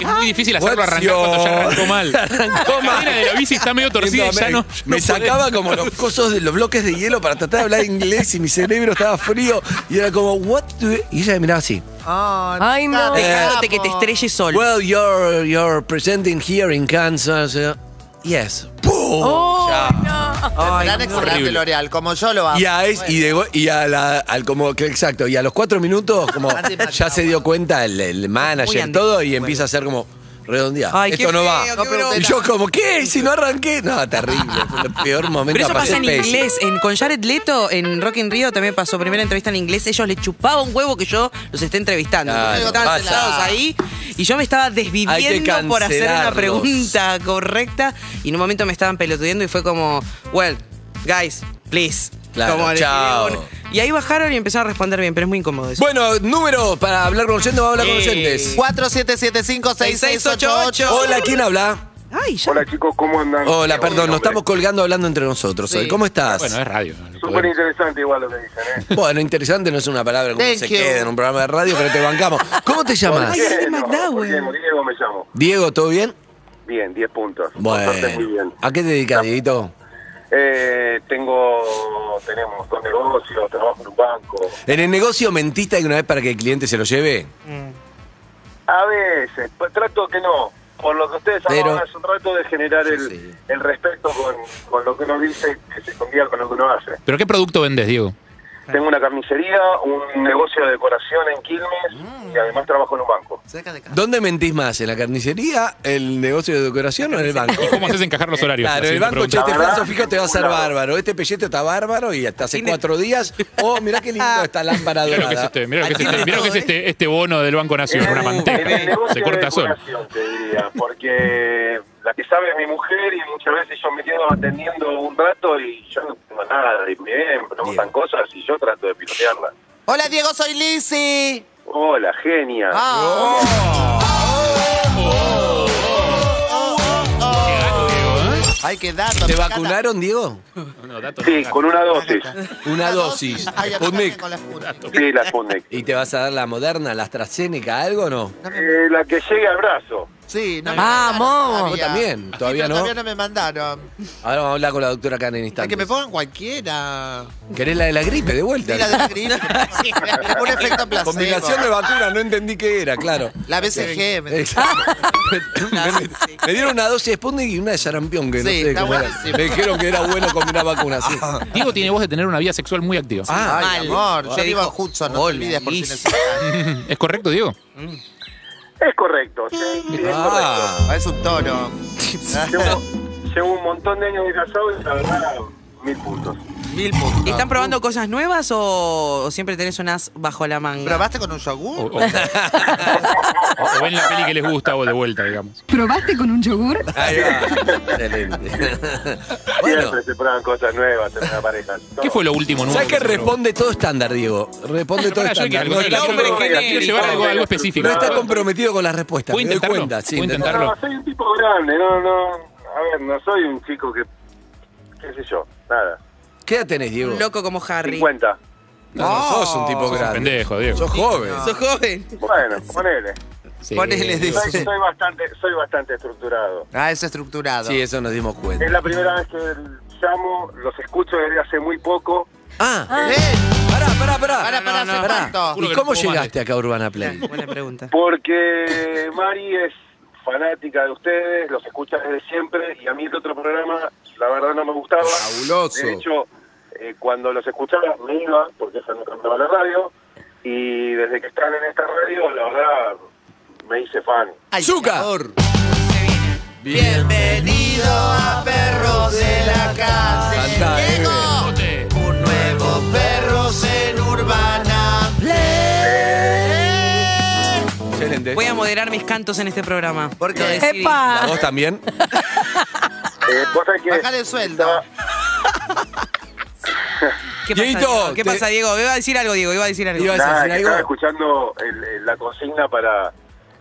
Speaker 4: Es muy difícil hacerlo
Speaker 2: What's
Speaker 4: arrancar
Speaker 2: your-
Speaker 4: cuando ya arrancó mal.
Speaker 2: Arrancó
Speaker 4: La cadena
Speaker 2: mal.
Speaker 4: de la bici está medio torcida y ya
Speaker 2: me,
Speaker 4: no.
Speaker 2: me
Speaker 4: no
Speaker 2: sacaba como los cosos de los bloques de hielo para tratar de hablar inglés y mi cerebro estaba frío y era como what do you-" y ella me miraba así
Speaker 5: Ay, no.
Speaker 1: Dejándote que te estrelles solo.
Speaker 2: well you're you're presenting here in Kansas uh, yes ¡Pum!
Speaker 5: Oh, no.
Speaker 3: Gran excelente L'Oreal, como yo lo hago.
Speaker 2: Y a, es- y de go- y a la, al como que exacto, y a los cuatro minutos como
Speaker 3: Andy
Speaker 2: ya se dio cuenta el, el
Speaker 1: Muy
Speaker 2: manager
Speaker 1: Andy
Speaker 2: todo y
Speaker 1: McDowell.
Speaker 2: empieza a ser como redondeado.
Speaker 1: Ay,
Speaker 2: Esto
Speaker 1: qué
Speaker 2: no
Speaker 1: feo,
Speaker 2: va.
Speaker 1: qué
Speaker 3: No pregunté
Speaker 2: y
Speaker 3: bronca.
Speaker 2: yo como, ¿qué? Si no arranqué. No, terrible. Fue el peor momento.
Speaker 1: Pero eso
Speaker 2: la pasé
Speaker 1: pasa en
Speaker 2: pésimo.
Speaker 1: inglés. En- con Jared Leto, en Rock in Rio, también pasó primera entrevista en inglés. Ellos les chupaba un huevo que yo los esté entrevistando.
Speaker 2: Claro,
Speaker 1: Estaban
Speaker 2: pasa.
Speaker 1: sentados ahí y yo me estaba
Speaker 2: Hay que
Speaker 1: desviviendo por hacer una
Speaker 2: cancelarlos.
Speaker 1: pregunta correcta. Y en un momento me estaban pelotudeando y fue como, well, guys, please.
Speaker 2: Claro,
Speaker 1: Como le tiré
Speaker 2: chao.
Speaker 1: un- Y ahí bajaron y empezaron a responder bien, pero es muy incómodo eso.
Speaker 2: Bueno, número para hablar con oyentes, vamos a hablar con
Speaker 1: Eh.
Speaker 2: oyentes.
Speaker 3: 4775-6688.
Speaker 2: Hola, ¿quién habla?
Speaker 1: Ay, ya.
Speaker 6: Hola chicos, ¿cómo andan?
Speaker 2: Hola, perdón, nos
Speaker 6: no
Speaker 2: estamos colgando hablando entre nosotros hoy. ¿Cómo estás?
Speaker 4: Bueno, es radio. no lo
Speaker 6: Súper
Speaker 4: podemos.
Speaker 6: interesante igual lo que dicen, ¿eh?
Speaker 2: Bueno, interesante no es una palabra como
Speaker 3: Thank
Speaker 2: se
Speaker 3: you.
Speaker 2: queda en un programa de radio, pero te bancamos. ¿Cómo te llamas?
Speaker 1: Ay, es de
Speaker 6: Bueno,
Speaker 1: McDowell.
Speaker 6: Diego, Diego me llamo.
Speaker 2: Diego, ¿todo bien?
Speaker 6: Bien, 10 puntos. Por
Speaker 2: Bueno.
Speaker 6: suerte, muy bien.
Speaker 2: ¿A qué te dedicas, Dieguito?
Speaker 6: Eh, tengo, tenemos dos negocios, trabajo en un banco.
Speaker 2: ¿En el negocio mentiste alguna vez para que el cliente se lo lleve?
Speaker 6: A veces, pues, trato que no. Por lo que ustedes
Speaker 2: Pero-
Speaker 6: hablaban hace un rato de generar el,
Speaker 2: sí.
Speaker 6: el respeto con, con lo que uno dice que se convierta con lo que uno hace.
Speaker 4: ¿Pero qué producto vendes, Diego?
Speaker 6: Tengo una carnicería, un negocio de decoración en
Speaker 4: Mm.
Speaker 6: Quilmes y además trabajo en un banco.
Speaker 3: Cerca de casa.
Speaker 2: ¿Dónde mentís más? ¿En la carnicería, el negocio de decoración o en el banco?
Speaker 4: ¿Y cómo haces encajar los horarios?
Speaker 2: Claro,
Speaker 4: La
Speaker 2: el
Speaker 4: siguiente
Speaker 2: banco, che,
Speaker 4: pregunta.
Speaker 2: este
Speaker 6: La verdad,
Speaker 2: plazo fijo te va a ser
Speaker 6: ningún lado.
Speaker 2: bárbaro. Este pelleto está bárbaro y hasta hace cuatro días. Oh, mirá qué
Speaker 3: Ah.
Speaker 2: lindo está lámpara
Speaker 4: Mirá lo que es
Speaker 2: dorada.
Speaker 4: este, mirá lo que es
Speaker 1: Atiende
Speaker 4: este, mirá lo que es
Speaker 1: todo,
Speaker 4: este, este bono del Banco Nación, una
Speaker 6: En el
Speaker 4: manteca.
Speaker 6: negocio
Speaker 4: Se corta
Speaker 6: de
Speaker 4: solo.
Speaker 6: decoración, te diría, porque la que sabe es mi mujer y muchas veces yo me quedo atendiendo un rato y yo no tengo nada de bien, preguntan cosas y yo trato de pilotearlas.
Speaker 3: Hola, Diego, soy Lizzy.
Speaker 6: Hola, genia.
Speaker 2: Oh.
Speaker 3: Ah. oh, Ay, qué dato.
Speaker 2: ¿eh? ¿Te
Speaker 3: me
Speaker 2: vacunaron, Diego?
Speaker 6: Sí, con una dosis.
Speaker 2: Una
Speaker 3: encanta.
Speaker 2: dosis.
Speaker 3: Ay, acá
Speaker 2: Sputnik.
Speaker 3: con la Sputnik.
Speaker 6: Sí, la Sputnik.
Speaker 2: ¿Y te vas a dar la moderna, la AstraZeneca, algo o no?
Speaker 6: Eh, la que llegue al brazo.
Speaker 3: Sí, no me mandaron
Speaker 5: Vamos.
Speaker 3: todavía.
Speaker 2: Vos Ah, también,
Speaker 3: Sí,
Speaker 2: todavía
Speaker 3: pero
Speaker 2: no.
Speaker 3: Todavía no me mandaron.
Speaker 2: Ahora vamos a hablar con la doctora acá en
Speaker 3: Es que
Speaker 2: instantes.
Speaker 3: me pongan cualquiera.
Speaker 2: ¿Querés la de la gripe de vuelta?
Speaker 3: Sí, la de la gripe. Sí, Un efecto placebo.
Speaker 2: Combinación de vacunas, no entendí qué era, claro.
Speaker 3: La BCG. me-
Speaker 2: Exacto. me, me dieron una dosis de Sputnik y una de sarampión, que no
Speaker 3: Sí,
Speaker 2: sé
Speaker 3: está
Speaker 2: cómo era.
Speaker 3: buenísimo.
Speaker 2: Me dijeron que era bueno combinar vacunas, sí.
Speaker 4: Diego tiene voz de tener una vida sexual muy activa.
Speaker 2: Ah,
Speaker 3: Ay, amor, yo vivo en Hudson, no
Speaker 1: hola,
Speaker 3: te olvides por si
Speaker 1: Liz.
Speaker 3: necesitas.
Speaker 4: ¿Es correcto, Diego?
Speaker 6: Es correcto. sí, sí, es correcto.
Speaker 2: ah.
Speaker 3: Ah, Es un toro.
Speaker 6: Llevo, llevo un montón de años de casado y la verdad, mil puntos.
Speaker 3: Mil puntos.
Speaker 1: ¿Están probando cosas nuevas o, o siempre tenés unas bajo la manga?
Speaker 3: ¿Probaste con un
Speaker 4: O,
Speaker 3: yogur?
Speaker 4: o- o ven la peli que les gusta o de vuelta, digamos.
Speaker 7: ¿Probaste con un yogur?
Speaker 2: Ahí va. Excelente. Bueno,
Speaker 6: Siempre se prueban cosas nuevas en una pareja.
Speaker 4: ¿Qué fue lo último nuevo?
Speaker 2: ¿sabes que
Speaker 4: se probó?
Speaker 2: responde todo estándar, Diego? Responde todo
Speaker 4: Pará, yo
Speaker 2: estándar.
Speaker 4: quiero algo-
Speaker 2: No está,
Speaker 4: quiero-
Speaker 1: hombre
Speaker 4: quiero- quiero
Speaker 1: genérico.
Speaker 4: llevar algo, algo específico.
Speaker 2: no está comprometido con las respuestas.
Speaker 4: ¿Puedo
Speaker 2: me doy
Speaker 4: intentarlo?
Speaker 2: cuenta, sí,
Speaker 4: ¿Puedo
Speaker 2: intentá.
Speaker 4: intentarlo?
Speaker 6: No, soy un tipo grande, no, no. A ver, no soy un chico que. ¿Qué sé yo? Nada.
Speaker 2: ¿Qué edad tenés, Diego?
Speaker 1: Loco como Harry.
Speaker 6: 50.
Speaker 2: No, no sos un tipo grande.
Speaker 4: Pendejo, Diego.
Speaker 2: Sos joven.
Speaker 1: Sos joven.
Speaker 6: Bueno, ponele.
Speaker 4: Sí.
Speaker 3: Ponele de-
Speaker 6: Soy, soy bastante, soy bastante estructurado.
Speaker 3: Ah, es estructurado.
Speaker 2: Sí, eso nos dimos cuenta.
Speaker 6: Es la primera vez que llamo, los escucho desde hace muy poco.
Speaker 2: Ah,
Speaker 3: ¡Eh!
Speaker 2: pará, pará, pará.
Speaker 3: Pará, pará, hace cuánto.
Speaker 4: Juro
Speaker 2: ¿Y
Speaker 4: que
Speaker 2: cómo
Speaker 4: no puedo
Speaker 2: llegaste acá a Urbana Play?
Speaker 1: Buena pregunta.
Speaker 6: Porque Mari es fanática de ustedes, los escucha desde siempre y a mí el otro programa, la verdad, no me gustaba.
Speaker 7: Fabuloso.
Speaker 6: De hecho, eh, cuando los escuchaba me iba, porque eso no cantaba la radio. Y desde que están en esta radio, la verdad, me hice fan.
Speaker 3: Ay,
Speaker 2: ¡Zuka!
Speaker 7: Por-
Speaker 3: Bienvenido a Perros de la
Speaker 2: Cantá, eh.
Speaker 3: Calle. Llegó un nuevo Perros en Urbana Play.
Speaker 2: Excelente.
Speaker 1: Voy a moderar mis cantos en este programa.
Speaker 3: ¿Por qué?
Speaker 1: Lo decidí.
Speaker 5: ¡Epa!
Speaker 2: ¿Vos también?
Speaker 6: Eh, vos sabés que
Speaker 3: Bajale el sueldo.
Speaker 1: ¿Qué pasa,
Speaker 2: Dieguito,
Speaker 1: Diego? ¿Qué
Speaker 2: te-
Speaker 1: pasa, Diego? Iba a decir algo, Diego. Iba a decir algo.
Speaker 2: Iba a-
Speaker 6: Nada,
Speaker 2: decir
Speaker 6: que
Speaker 2: algo?
Speaker 6: estaba escuchando el- el- la consigna para,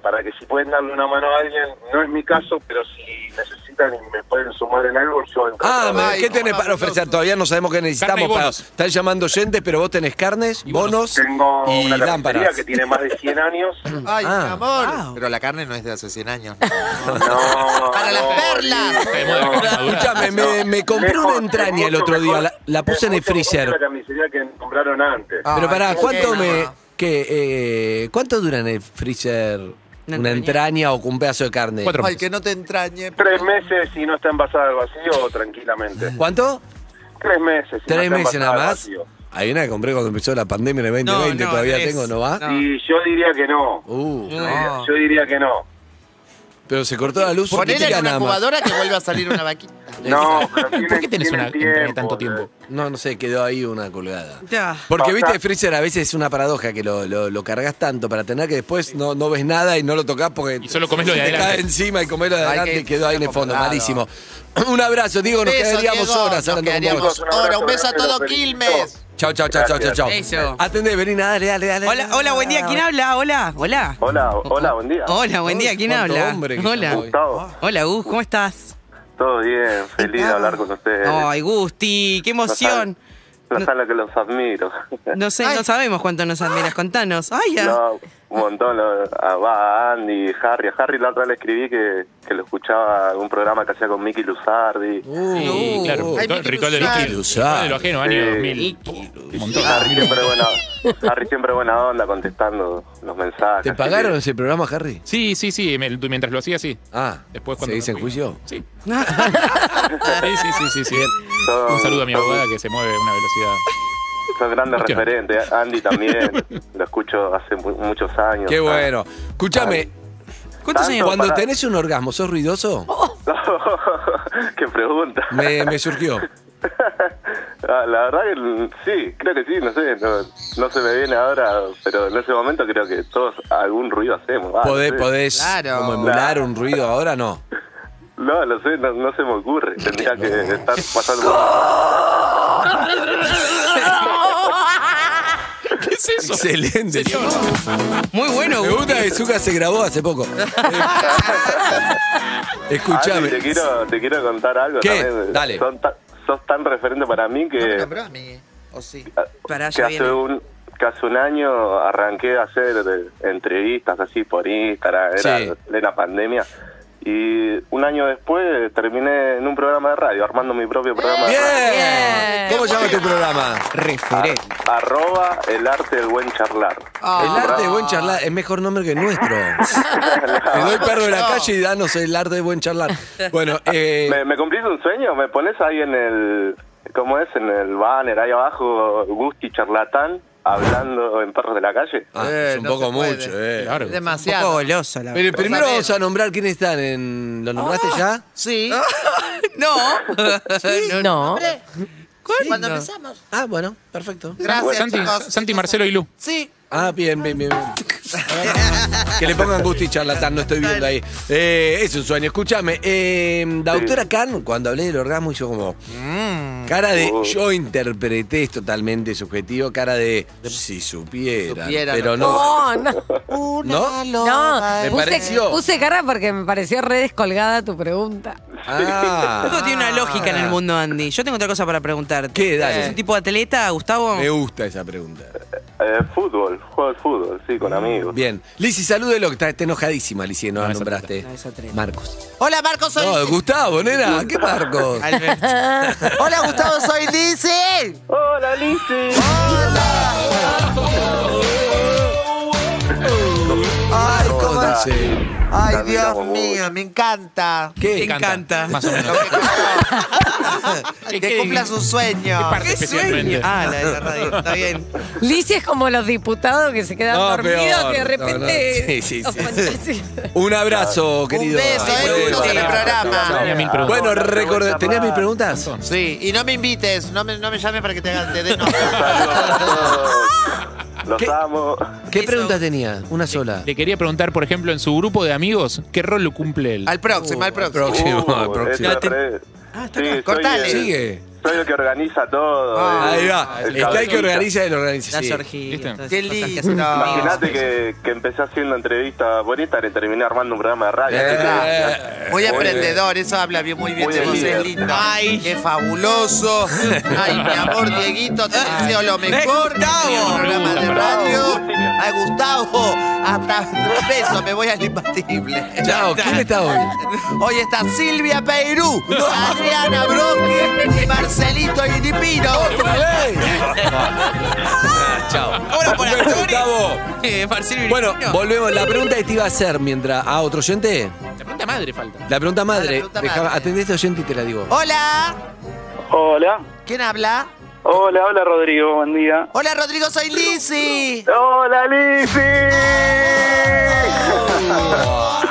Speaker 6: para que si pueden darle una mano a alguien, no es mi caso, pero si necesitan y me pueden sumar en algo, yo
Speaker 2: Ah,
Speaker 6: encantado.
Speaker 2: ma,
Speaker 3: Ay,
Speaker 2: ¿qué tenés
Speaker 3: fabuloso.
Speaker 2: para ofrecer? Todavía no sabemos qué necesitamos.
Speaker 4: Carne y
Speaker 2: Para,
Speaker 4: bonos.
Speaker 2: están llamando oyentes, pero vos tenés carnes, bonos
Speaker 6: Tengo
Speaker 2: y
Speaker 6: una cafetería
Speaker 2: lámparas.
Speaker 6: que tiene más de 100 años.
Speaker 3: Ay,
Speaker 2: Ah.
Speaker 3: mi amor.
Speaker 1: Wow.
Speaker 3: Pero la carne no es de hace 100 años.
Speaker 6: No, no,
Speaker 3: Para las perlas.
Speaker 4: Está de moda la carne madura.
Speaker 2: Escúchame, me, me compré
Speaker 6: Mejor,
Speaker 2: una entraña el
Speaker 6: mucho
Speaker 2: otro día,
Speaker 6: mejor.
Speaker 2: la, la puse
Speaker 6: Es
Speaker 2: en el
Speaker 6: mucho mejor que
Speaker 2: freezer.
Speaker 6: La carnicería que compraron antes.
Speaker 3: Ah.
Speaker 2: Pero pará,
Speaker 3: Ay,
Speaker 2: ¿cuánto
Speaker 3: qué
Speaker 2: me.
Speaker 3: tema.
Speaker 2: qué, eh, ¿Cuánto dura en el freezer
Speaker 1: Una
Speaker 2: una
Speaker 1: entraña.
Speaker 2: entraña o un pedazo de carne?
Speaker 4: Cuatro
Speaker 3: Ay,
Speaker 4: meses.
Speaker 3: que no te entrañe.
Speaker 6: Tres meses y no está envasada al vacío, tranquilamente.
Speaker 2: ¿Cuánto?
Speaker 6: Tres meses. y no
Speaker 2: ¿Tres
Speaker 6: está
Speaker 2: meses
Speaker 6: envasada
Speaker 2: nada
Speaker 6: al
Speaker 2: más?
Speaker 6: vacío.
Speaker 2: Hay una que compré cuando empezó la pandemia en el
Speaker 1: No,
Speaker 2: 2020,
Speaker 1: no,
Speaker 2: todavía
Speaker 1: tres.
Speaker 2: tengo, ¿no va?
Speaker 1: No.
Speaker 6: Y yo diría que no.
Speaker 2: Uh,
Speaker 3: No.
Speaker 6: Yo diría que no.
Speaker 2: pero se cortó la luz.
Speaker 3: Ponela
Speaker 2: mítica
Speaker 3: en una
Speaker 2: nada más.
Speaker 3: incubadora que vuelva a salir una vaquita.
Speaker 6: No, pero tienen,
Speaker 4: ¿Por qué tenés
Speaker 6: tienen
Speaker 4: una entraña de tanto
Speaker 6: tiempo? eh.
Speaker 4: tiempo?
Speaker 2: No, no sé, quedó ahí una colgada.
Speaker 1: Ya.
Speaker 2: Porque
Speaker 6: Pasa.
Speaker 2: viste, Freezer a veces es una paradoja que lo, lo, lo cargas tanto para tener que después no, no ves nada y no lo tocas porque
Speaker 4: Y solo comés lo de
Speaker 2: te
Speaker 4: adelante.
Speaker 2: cae encima y comés lo de
Speaker 3: Ay,
Speaker 2: adelante
Speaker 3: qué-
Speaker 2: y quedó ahí en el fondo,
Speaker 3: acomodado.
Speaker 2: malísimo. Un abrazo, Diego, nos
Speaker 3: Beso,
Speaker 2: quedaríamos
Speaker 3: Diego,
Speaker 2: horas
Speaker 3: nos
Speaker 2: hablando con
Speaker 3: quedaríamos
Speaker 2: vos.
Speaker 6: Un abrazo
Speaker 3: Ahora, un beso a
Speaker 6: grande,
Speaker 3: todo
Speaker 6: los felicito.
Speaker 3: Quilmes.
Speaker 2: Chao, chao, chao, chao, chao, chao.
Speaker 1: Eso.
Speaker 2: Atendé, Belina, dale, dale, dale.
Speaker 1: Hola,
Speaker 2: dale,
Speaker 1: hola, buen día.
Speaker 2: dale.
Speaker 1: ¿Quién habla? Hola, hola.
Speaker 6: Hola, hola, buen día.
Speaker 1: Hola, buen día. ¿Quién
Speaker 2: Cuánto
Speaker 1: habla?
Speaker 2: hombre que
Speaker 1: Hola.
Speaker 2: estamos hoy.
Speaker 6: Gustavo,
Speaker 1: Hola, Gus, ¿cómo estás?
Speaker 6: todo bien, feliz de hablar con ustedes.
Speaker 1: Ay, Gusti, qué
Speaker 6: No
Speaker 1: emoción.
Speaker 6: saben- No saben lo que los admiro.
Speaker 1: No sé, no sabemos cuánto nos admiras. Contanos. Ay, ah. ya.
Speaker 6: No, un montón. lo- a- Va a Andy, Harry. A Harry la otra vez le escribí que, que lo escuchaba en un programa que hacía con Mickey Luzardi.
Speaker 4: Sí, claro.
Speaker 2: Uh,
Speaker 3: Ay,
Speaker 4: Ritual-
Speaker 3: Mickey
Speaker 4: ritual de lo
Speaker 3: Luzardi.
Speaker 4: ajeno. Ritual de lo ajeno, año
Speaker 6: Sí.
Speaker 4: 2000. Un montón.
Speaker 2: Ah,
Speaker 6: Harry siempre, buena, Harry siempre buena onda contestando los mensajes.
Speaker 2: ¿Te pagaron ese programa, Harry?
Speaker 4: Sí, sí, sí. me- mientras lo hacía, sí.
Speaker 2: Ah,
Speaker 4: Después cuando.
Speaker 2: ¿se dice
Speaker 4: me
Speaker 2: en
Speaker 4: fui.
Speaker 2: juicio?
Speaker 4: Sí. Sí, sí, sí, sí, sí. Un saludo a mi abogada que se mueve a una velocidad.
Speaker 6: Son grandes
Speaker 4: Hostia.
Speaker 6: referentes. Andy también. lo escucho hace mu- muchos años.
Speaker 2: Qué bueno. Escúchame,
Speaker 1: ¿Cuántos
Speaker 6: Ah. Tanto
Speaker 1: años?
Speaker 6: para-
Speaker 2: cuando tenés un orgasmo, ¿sos ruidoso?
Speaker 6: Qué pregunta.
Speaker 2: Me, me surgió.
Speaker 6: Ah, La verdad que mm, sí, creo que sí, no sé, no, no se me viene ahora, pero en ese momento creo que todos algún ruido hacemos. ah,
Speaker 2: ¿Podés,
Speaker 6: no, sé.
Speaker 2: podés
Speaker 3: Claro.
Speaker 2: como emular un ruido ahora? No.
Speaker 6: no, lo sé, no, no se me ocurre. Tendría que estar pasando...
Speaker 4: ¿Qué es eso?
Speaker 2: Excelente.
Speaker 1: Muy bueno,
Speaker 2: Me
Speaker 1: Gus.
Speaker 2: gusta que Zuka se grabó hace poco.
Speaker 6: Andy,
Speaker 2: Escúchame.
Speaker 6: te quiero, te quiero contar algo
Speaker 2: ¿Qué?
Speaker 6: también.
Speaker 2: Dale.
Speaker 6: Son ta- sos tan referente para mí
Speaker 3: No me
Speaker 6: que,
Speaker 3: nombró a mí. ¿O sí?
Speaker 1: Pará,
Speaker 6: que
Speaker 1: ya
Speaker 6: hace
Speaker 1: viene.
Speaker 6: un... que hace un año arranqué a hacer eh, entrevistas así por Instagram, era
Speaker 2: Sí.
Speaker 6: en plena pandemia. Y un año después terminé en un programa de radio, armando mi propio programa de radio.
Speaker 2: Bien. ¿Cómo llama tu programa?
Speaker 1: Referé.
Speaker 6: Arroba el arte del buen charlar.
Speaker 2: El arte de buen charlar es mejor nombre que el nuestro. Te doy perro de la calle y danos el arte de buen charlar. Bueno, eh,
Speaker 6: ¿Me, me cumplís un sueño? ¿Me pones ahí en el... ¿Cómo es? En el banner, ahí abajo, Gusti Charlatán, hablando en Perros de la Calle.
Speaker 2: ah,
Speaker 3: Eh,
Speaker 2: es un
Speaker 3: no
Speaker 2: poco
Speaker 3: se puede.
Speaker 2: mucho. eh.
Speaker 4: Claro.
Speaker 3: Es
Speaker 1: Un poco
Speaker 3: demasiado.
Speaker 1: goloso, la
Speaker 2: Pero
Speaker 1: verdad. Ah.
Speaker 2: primero vamos a nombrar quiénes están. En, ¿Lo nombraste ya?
Speaker 3: Sí.
Speaker 1: No.
Speaker 5: No.
Speaker 3: Cuando
Speaker 1: no.
Speaker 3: empezamos.
Speaker 2: Ah, bueno, perfecto.
Speaker 3: Gracias,
Speaker 4: Ah, Santi,
Speaker 3: chicos.
Speaker 4: Santi, Marcelo y Lu.
Speaker 3: Sí.
Speaker 2: Ah, bien, bien, bien. bien. que le pongan gusto y charlatán, no estoy viendo ahí. Eh, es un sueño. Escúchame, eh, la doctora Khan, cuando hablé del orgasmo, hizo como. Cara de.
Speaker 6: Oh.
Speaker 2: Yo interpreté, es totalmente subjetivo, cara de. Si supieran.
Speaker 3: Supieran,
Speaker 2: pero no.
Speaker 5: No, no.
Speaker 2: ¿No?
Speaker 5: No,
Speaker 2: Me
Speaker 5: puse,
Speaker 2: pareció.
Speaker 5: puse cara porque me pareció re descolgada tu pregunta.
Speaker 2: Ah.
Speaker 1: Todo tiene una lógica en el mundo, Andy. Yo tengo otra cosa para preguntarte.
Speaker 2: ¿Qué? Dale.
Speaker 1: ¿Es un tipo de atleta, Gustavo?
Speaker 2: Me gusta esa pregunta.
Speaker 6: Eh, fútbol, juego de fútbol, sí, con amigos.
Speaker 2: Bien. Lizzy, salúdelo, que está, está enojadísima, Lizzy, no,
Speaker 4: No,
Speaker 2: la
Speaker 4: esa
Speaker 2: nombraste.
Speaker 1: No, esa treta.
Speaker 2: Marcos.
Speaker 3: Hola, Marcos, soy...
Speaker 2: No, Gustavo, nena, ¿qué Marcos?
Speaker 3: Hola, Gustavo, soy Lizzy.
Speaker 6: ¡Hola, Lizzy!
Speaker 3: Ay, cómo...
Speaker 2: Jodanse.
Speaker 3: Ay,
Speaker 6: También
Speaker 3: Dios
Speaker 6: amo
Speaker 3: mío, me encanta.
Speaker 2: ¿Qué?
Speaker 1: Me encanta.
Speaker 4: Más o menos.
Speaker 3: Lo que quiero.
Speaker 4: Es
Speaker 3: que
Speaker 4: que-
Speaker 3: cumpla su sueño.
Speaker 4: parte especialmente.
Speaker 1: Ah, la de la radio, está bien.
Speaker 5: Lizzie es como los diputados que se quedan
Speaker 2: No,
Speaker 5: dormidos
Speaker 2: peor.
Speaker 5: que
Speaker 2: No,
Speaker 5: de
Speaker 2: no.
Speaker 5: repente.
Speaker 2: Sí, sí,
Speaker 5: los
Speaker 2: sí.
Speaker 5: fantásticos.
Speaker 2: Un abrazo, querido.
Speaker 3: beso,
Speaker 2: Ay,
Speaker 3: eh,
Speaker 2: bueno.
Speaker 3: Gustavo, en el programa.
Speaker 4: Tenía mil preguntas.
Speaker 2: Bueno, recordé. ¿Tenías mis preguntas?
Speaker 4: Montón.
Speaker 3: Sí, y no me invites, no me, no me llames para que te, hagan- te den
Speaker 6: Los
Speaker 2: ¿Qué?
Speaker 6: amo.
Speaker 2: ¿Qué preguntas tenía? Una sola.
Speaker 4: Le quería preguntar, por ejemplo, en su grupo de amigos, ¿qué rol lo cumple él?
Speaker 3: Al próximo, al próximo.
Speaker 2: Próximo,
Speaker 6: Uh,
Speaker 2: próximo.
Speaker 6: esto es re-
Speaker 1: Ah, está
Speaker 6: Sí,
Speaker 1: acá.
Speaker 6: soy
Speaker 3: Cortale.
Speaker 6: el-
Speaker 2: Sigue.
Speaker 6: Soy el que organiza todo. eh,
Speaker 3: Ah,
Speaker 6: el-
Speaker 2: Ahí va.
Speaker 6: el
Speaker 2: Está el que
Speaker 6: cabecita.
Speaker 2: organiza el organiza.
Speaker 1: Las
Speaker 2: sí.
Speaker 1: orgías,
Speaker 4: ¿Viste?
Speaker 1: todas esas
Speaker 3: Qué
Speaker 1: cosas que
Speaker 3: lindo.
Speaker 1: hacen.
Speaker 6: Imagínate que, que empecé haciendo entrevista por Instagram y terminé armando un programa de radio.
Speaker 2: Eh,
Speaker 3: Muy
Speaker 6: Muy
Speaker 3: emprendedor, eso habla bien, muy bien
Speaker 6: Muy
Speaker 3: de vos,
Speaker 6: líder.
Speaker 3: es lindo. Ay, qué fabuloso. Ay, mi amor, Dieguito, te deseo lo mejor. Gustavo. programa de radio. Ay, Gustavo, hasta tres besos, me voy al imbatible.
Speaker 2: Chao, ¿quién está hoy?
Speaker 3: Hoy está Silvia Peirú, Adriana Broque y Marcelito Iripino.
Speaker 2: ¡Otra vez! Chao.
Speaker 1: Ahora por
Speaker 2: Un beso,
Speaker 1: Azores.
Speaker 2: Gustavo.
Speaker 1: Eh, Marcelo
Speaker 2: Bueno,
Speaker 1: Virginio.
Speaker 2: volvemos. La pregunta que te iba a hacer mientras. ¿A otro oyente?
Speaker 4: La pregunta madre falta.
Speaker 2: La pregunta madre.
Speaker 3: pregunta
Speaker 2: Dejá-
Speaker 3: madre. Ah,
Speaker 2: Atendé a este oyente y te la digo.
Speaker 3: Hola,
Speaker 7: Hola,
Speaker 3: ¿quién habla?
Speaker 7: hola, hola Rodrigo, buen día.
Speaker 3: Hola, Rodrigo, soy Lizzy.
Speaker 7: ¡Hola Lizzy!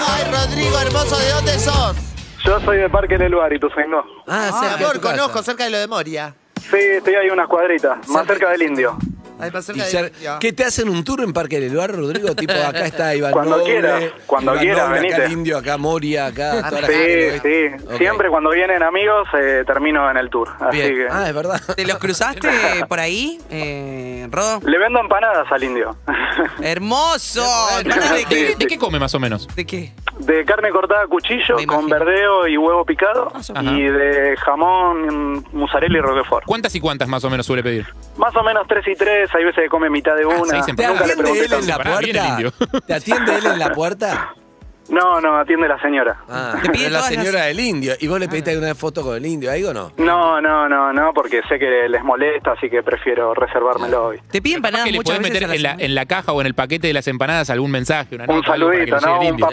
Speaker 3: Ay, Rodrigo, hermoso, ¿de dónde sos?
Speaker 7: Yo soy de Parque del Lugar y tú soy no.
Speaker 2: Ah,
Speaker 3: Mi
Speaker 2: cerca de
Speaker 3: amor,
Speaker 2: tu casa.
Speaker 3: conozco, cerca de lo de Moria.
Speaker 7: Sí, estoy ahí unas cuadritas, más
Speaker 3: Cerca.
Speaker 7: cerca del indio.
Speaker 3: Ay, más
Speaker 2: Y
Speaker 3: cerca
Speaker 2: cer-
Speaker 3: de Moria.
Speaker 2: ¿Qué te hacen un tour en Parque del Lugar, Rodrigo? Tipo, acá está Iván
Speaker 7: Cuando
Speaker 2: Noble,
Speaker 7: quieras, cuando
Speaker 2: Iván
Speaker 7: quieras,
Speaker 2: Noble, Acá
Speaker 7: venite.
Speaker 2: el Indio, acá Moria,
Speaker 1: Ah,
Speaker 2: acá... toda la
Speaker 7: Sí,
Speaker 2: gente, ¿no?
Speaker 7: sí.
Speaker 2: Ok.
Speaker 7: Siempre cuando vienen amigos eh, termino en el tour. Así
Speaker 2: Bien.
Speaker 7: que.
Speaker 2: Ah, es verdad.
Speaker 1: ¿Te los cruzaste por ahí, eh, Rodo?
Speaker 7: Le vendo empanadas al indio.
Speaker 1: ¡Hermoso! ¿Empanadas
Speaker 4: ¿De
Speaker 1: ¿De qué?
Speaker 4: qué, de qué come más o menos?
Speaker 1: ¿De qué?
Speaker 7: De carne cortada a cuchillo,
Speaker 1: Me
Speaker 7: con
Speaker 1: imagino.
Speaker 7: verdeo y huevo picado.
Speaker 4: Ajá.
Speaker 7: Y de jamón, mm, mozzarella y roquefort.
Speaker 4: ¿Cuántas y cuántas más o menos suele pedir?
Speaker 7: Más o menos tres y tres, hay veces que come mitad de
Speaker 4: Ah,
Speaker 7: una.
Speaker 4: seis
Speaker 2: ¿Te
Speaker 4: Nunca le
Speaker 2: atiende
Speaker 4: pregunté
Speaker 2: él en la
Speaker 4: tanto. Pará, bien el
Speaker 2: puerta?
Speaker 4: indio.
Speaker 2: ¿Te atiende él en la puerta?
Speaker 7: No, no, atiende la señora.
Speaker 2: Ah,
Speaker 1: Te pide
Speaker 2: es la
Speaker 1: todas las- Ah.
Speaker 2: señora del Indio. ¿Y vos le pediste alguna foto con el Indio ahí o no?
Speaker 7: No, no, no, no, porque sé que les molesta, así que prefiero reservármelo hoy.
Speaker 1: ¿Te piden
Speaker 4: Capaz
Speaker 1: empanadas
Speaker 4: que le
Speaker 1: muchas
Speaker 4: podés
Speaker 1: veces
Speaker 4: meter
Speaker 1: a la
Speaker 4: en la,
Speaker 1: semana?
Speaker 4: en la caja o en el paquete de las empanadas algún mensaje, una
Speaker 7: Un
Speaker 4: nota, algo para que
Speaker 7: saludito,
Speaker 4: le llegue
Speaker 7: ¿no?
Speaker 4: el
Speaker 7: Un
Speaker 4: indio.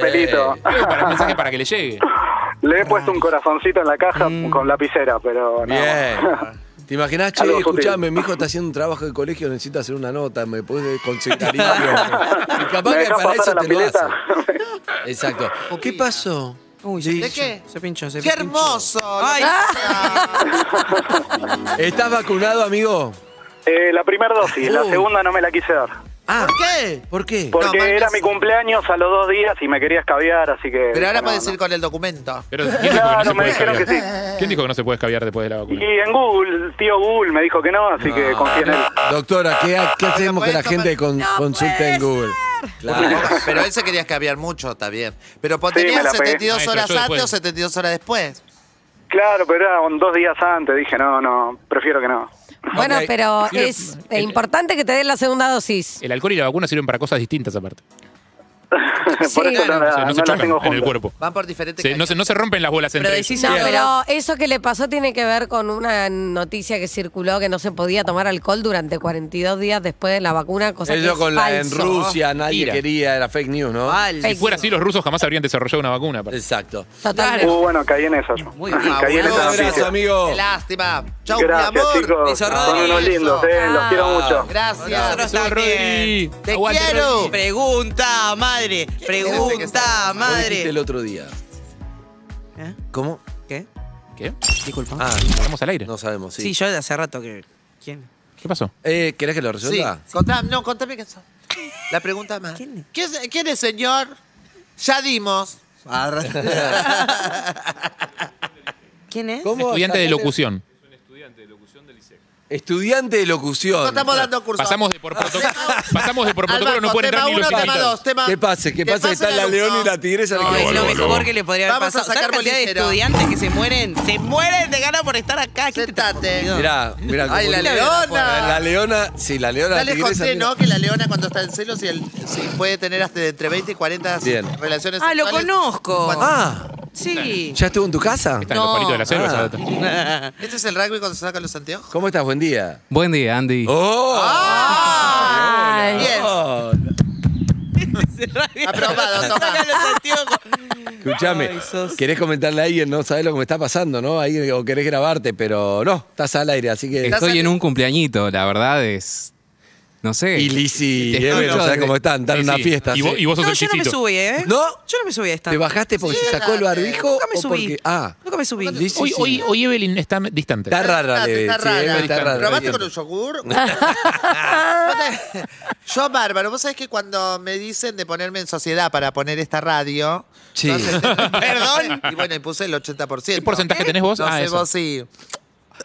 Speaker 7: papelito.
Speaker 4: Sí, para un mensaje para que le llegue.
Speaker 7: Le he puesto un corazoncito en la caja con lapicera, pero no.
Speaker 2: Bien. ¿Te imaginás, che,
Speaker 7: Algo sutil.
Speaker 2: escuchame, mi hijo está haciendo un trabajo de colegio, necesita hacer una nota, me podés conseguir indio? Y capaz
Speaker 7: ¿Me
Speaker 2: que
Speaker 7: dejás
Speaker 2: para
Speaker 7: pasar
Speaker 2: eso
Speaker 7: a la
Speaker 2: te lo hace.
Speaker 7: pileta?
Speaker 2: Exacto. ¿Qué pasó?
Speaker 1: Uy,
Speaker 2: Sí.
Speaker 1: se
Speaker 3: ¿De qué?
Speaker 1: Se pinchó, se
Speaker 3: ¡Qué
Speaker 1: pinchó.
Speaker 3: hermoso!
Speaker 1: Ay.
Speaker 2: ¿Estás vacunado, amigo?
Speaker 7: Eh, la primera dosis, la
Speaker 2: Uh.
Speaker 7: segunda no me la quise dar.
Speaker 2: Ah,
Speaker 3: ¿Por qué?
Speaker 2: ¿por qué?
Speaker 7: Porque
Speaker 3: No,
Speaker 7: era
Speaker 3: mangas.
Speaker 7: mi cumpleaños a los dos días y me quería escabiar, así que.
Speaker 3: Pero ahora
Speaker 7: no,
Speaker 3: puedes
Speaker 7: no.
Speaker 3: ir con el documento.
Speaker 4: Pero ¿quién dijo que no
Speaker 7: Claro,
Speaker 4: se
Speaker 7: me
Speaker 4: puede
Speaker 7: dijeron que sí.
Speaker 4: escabiar? ¿Quién dijo que no se puede escabiar después de la
Speaker 7: Y
Speaker 4: vacuna?
Speaker 7: en Google, el tío Google me dijo que no, así que confía en él.
Speaker 2: Doctora, ¿qué, qué hacemos que la
Speaker 3: podés Ah, tomar-
Speaker 2: gente con- consulte en Google? Claro.
Speaker 3: Pero él se quería escabiar mucho, está bien. Pero
Speaker 7: Sí, me
Speaker 3: ¿tenías
Speaker 7: la pegué.
Speaker 3: 72
Speaker 4: Maestro,
Speaker 3: horas
Speaker 4: yo
Speaker 3: antes
Speaker 4: después.
Speaker 3: o 72 horas después?
Speaker 7: Claro, pero era un- dos días antes, dije no, no, prefiero que no.
Speaker 5: Bueno,
Speaker 2: Ok.
Speaker 5: pero
Speaker 4: Sí,
Speaker 5: es eh,
Speaker 4: el- el-
Speaker 5: importante que te den la segunda dosis.
Speaker 4: El alcohol y la vacuna sirven para cosas distintas aparte.
Speaker 7: Por eso no,
Speaker 4: O sea, no se
Speaker 7: la- Ah, no la
Speaker 4: chocan
Speaker 7: tengo
Speaker 4: en el
Speaker 7: junta.
Speaker 4: cuerpo.
Speaker 3: Van por diferentes
Speaker 4: Se- no, se, no se rompen las bolas
Speaker 1: Pero
Speaker 4: entre
Speaker 1: decís
Speaker 5: No,
Speaker 1: ahora.
Speaker 5: pero eso que le pasó tiene que ver con una noticia que circuló que no se podía tomar alcohol durante 42 días después de la vacuna, cosa que
Speaker 2: Eso
Speaker 5: es
Speaker 2: con la en
Speaker 5: falso.
Speaker 2: Rusia, nadie
Speaker 4: Mira.
Speaker 2: quería, era fake news, ¿no?
Speaker 1: Mal.
Speaker 4: Si fuera así, los rusos jamás habrían desarrollado una vacuna. aparte.
Speaker 2: Exacto.
Speaker 5: Total.
Speaker 1: Claro.
Speaker 7: Uh, bueno, caí en eso.
Speaker 1: Muy
Speaker 7: caí en
Speaker 2: Un
Speaker 3: Bueno,
Speaker 7: esa
Speaker 3: gracias.
Speaker 2: abrazo,
Speaker 7: noticia.
Speaker 2: amigo.
Speaker 3: Qué lástima. Chau, mi
Speaker 7: Gracias,
Speaker 3: amor.
Speaker 7: chicos.
Speaker 1: Beso,
Speaker 7: Son
Speaker 1: Rodri.
Speaker 7: unos lindos, eh, los quiero mucho.
Speaker 3: Gracias.
Speaker 1: Nosotros
Speaker 4: Beso,
Speaker 1: también.
Speaker 4: Rodri.
Speaker 3: Te
Speaker 4: Aguante,
Speaker 3: quiero.
Speaker 4: Rodri.
Speaker 1: Pregunta, madre. Pregunta,
Speaker 2: Vos dijiste el
Speaker 1: madre.
Speaker 2: otro día.
Speaker 1: ¿Eh?
Speaker 2: ¿Cómo?
Speaker 1: ¿Qué?
Speaker 4: ¿Qué?
Speaker 1: Disculpa.
Speaker 2: Ah,
Speaker 4: Estamos al aire.
Speaker 2: no sabemos, sí.
Speaker 1: sí. yo de hace rato que. ¿Quién?
Speaker 4: ¿Qué pasó?
Speaker 2: Eh, ¿Querés que lo
Speaker 3: Sí.
Speaker 2: resuelva?
Speaker 3: Contame, no, contame qué son. La pregunta más.
Speaker 1: ¿Quién es?
Speaker 3: ¿Quién, es- quién es, señor? Ya dimos.
Speaker 1: ¿Quién es?
Speaker 2: ¿Cómo?
Speaker 4: Estudiante de locución.
Speaker 2: Estudiante de locución.
Speaker 3: No estamos dando cursos.
Speaker 4: Pasamos de por protocolo. pasamos de por
Speaker 3: Al
Speaker 4: protocolo, no
Speaker 3: banco,
Speaker 4: pueden
Speaker 3: tema
Speaker 4: entrar ni
Speaker 3: uno,
Speaker 4: los
Speaker 3: tema
Speaker 4: invitados.
Speaker 3: dos, tema-
Speaker 2: Que pase, que pase, que está
Speaker 3: el
Speaker 2: la
Speaker 3: alumno.
Speaker 2: león y la tigresa.
Speaker 1: No,
Speaker 2: que-
Speaker 1: es lo mejor que le podría haber
Speaker 3: Vamos a
Speaker 1: pasado. ¿Sabes
Speaker 3: sacar
Speaker 1: la cantidad de
Speaker 3: bolillero.
Speaker 1: estudiantes que se mueren? Se mueren de ganas por estar acá. ¿Qué te está
Speaker 3: Sentate.
Speaker 1: ocurriendo?
Speaker 2: Mirá, mirá.
Speaker 3: Ay,
Speaker 2: como-
Speaker 3: la leona.
Speaker 2: La leona, sí, la
Speaker 3: Ya
Speaker 2: leona. la
Speaker 3: les
Speaker 2: tigresa,
Speaker 3: conté,
Speaker 2: mira.
Speaker 3: ¿no? Que la leona cuando está en celos y el- sí, puede tener hasta de entre 20 y 40
Speaker 2: Bien.
Speaker 3: relaciones
Speaker 1: Ah, lo
Speaker 3: sexuales.
Speaker 1: conozco.
Speaker 3: Cuando-
Speaker 2: Ah,
Speaker 1: Sí.
Speaker 2: ¿ya estuvo en tu casa?
Speaker 4: Están los
Speaker 1: No.
Speaker 4: palitos de la selva.
Speaker 2: Ah.
Speaker 4: esa data.
Speaker 3: Este es el rugby cuando se sacan los anteojos.
Speaker 2: ¿Cómo estás? Buen día.
Speaker 8: Buen día, Andy.
Speaker 2: ¡Oh!
Speaker 3: Ah.
Speaker 5: Ay.
Speaker 3: Bien.
Speaker 2: Oh,
Speaker 3: Aprobado, toma.
Speaker 2: Escuchame, querés comentarle a alguien, no sabés lo que me está pasando, ¿no? Ahí, o querés grabarte, pero no, estás al aire, así que.
Speaker 8: Estoy en un cumpleañito, la verdad es. No sé.
Speaker 2: Y Lizzy
Speaker 8: Te
Speaker 2: y Eve, no
Speaker 8: escucho
Speaker 2: sabés
Speaker 8: de-
Speaker 2: cómo están, están
Speaker 4: Sí,
Speaker 2: en una
Speaker 4: sí.
Speaker 2: fiesta.
Speaker 4: Y vos,
Speaker 2: sí.
Speaker 4: y vos sos
Speaker 1: No,
Speaker 4: el
Speaker 1: yo no me
Speaker 4: chiquito.
Speaker 1: subí, ¿eh?
Speaker 2: ¿No?
Speaker 1: Yo no me subí a esta.
Speaker 2: ¿Te bajaste porque se sacó el barbijo?
Speaker 1: Nunca me
Speaker 2: o
Speaker 1: subí.
Speaker 2: porque- Ah,
Speaker 1: Nunca me subí.
Speaker 2: Lizzy,
Speaker 4: Hoy,
Speaker 2: sí.
Speaker 4: hoy, hoy Evelyn está distante.
Speaker 2: Está rara,
Speaker 3: Está-
Speaker 2: Eve,
Speaker 3: está
Speaker 2: sí,
Speaker 3: rara.
Speaker 2: Eve está rara.
Speaker 3: ¿Probaste
Speaker 2: bien.
Speaker 3: con un yogur? Yo te- Yo, bárbaro, vos sabés que cuando me dicen de ponerme en sociedad para poner esta radio.
Speaker 2: Sí.
Speaker 3: entonces- Perdón. Y bueno, y puse el 80%.
Speaker 4: ¿Qué porcentaje tenés vos?
Speaker 3: No
Speaker 4: Ah,
Speaker 3: sé,
Speaker 4: eso.
Speaker 3: vos sí.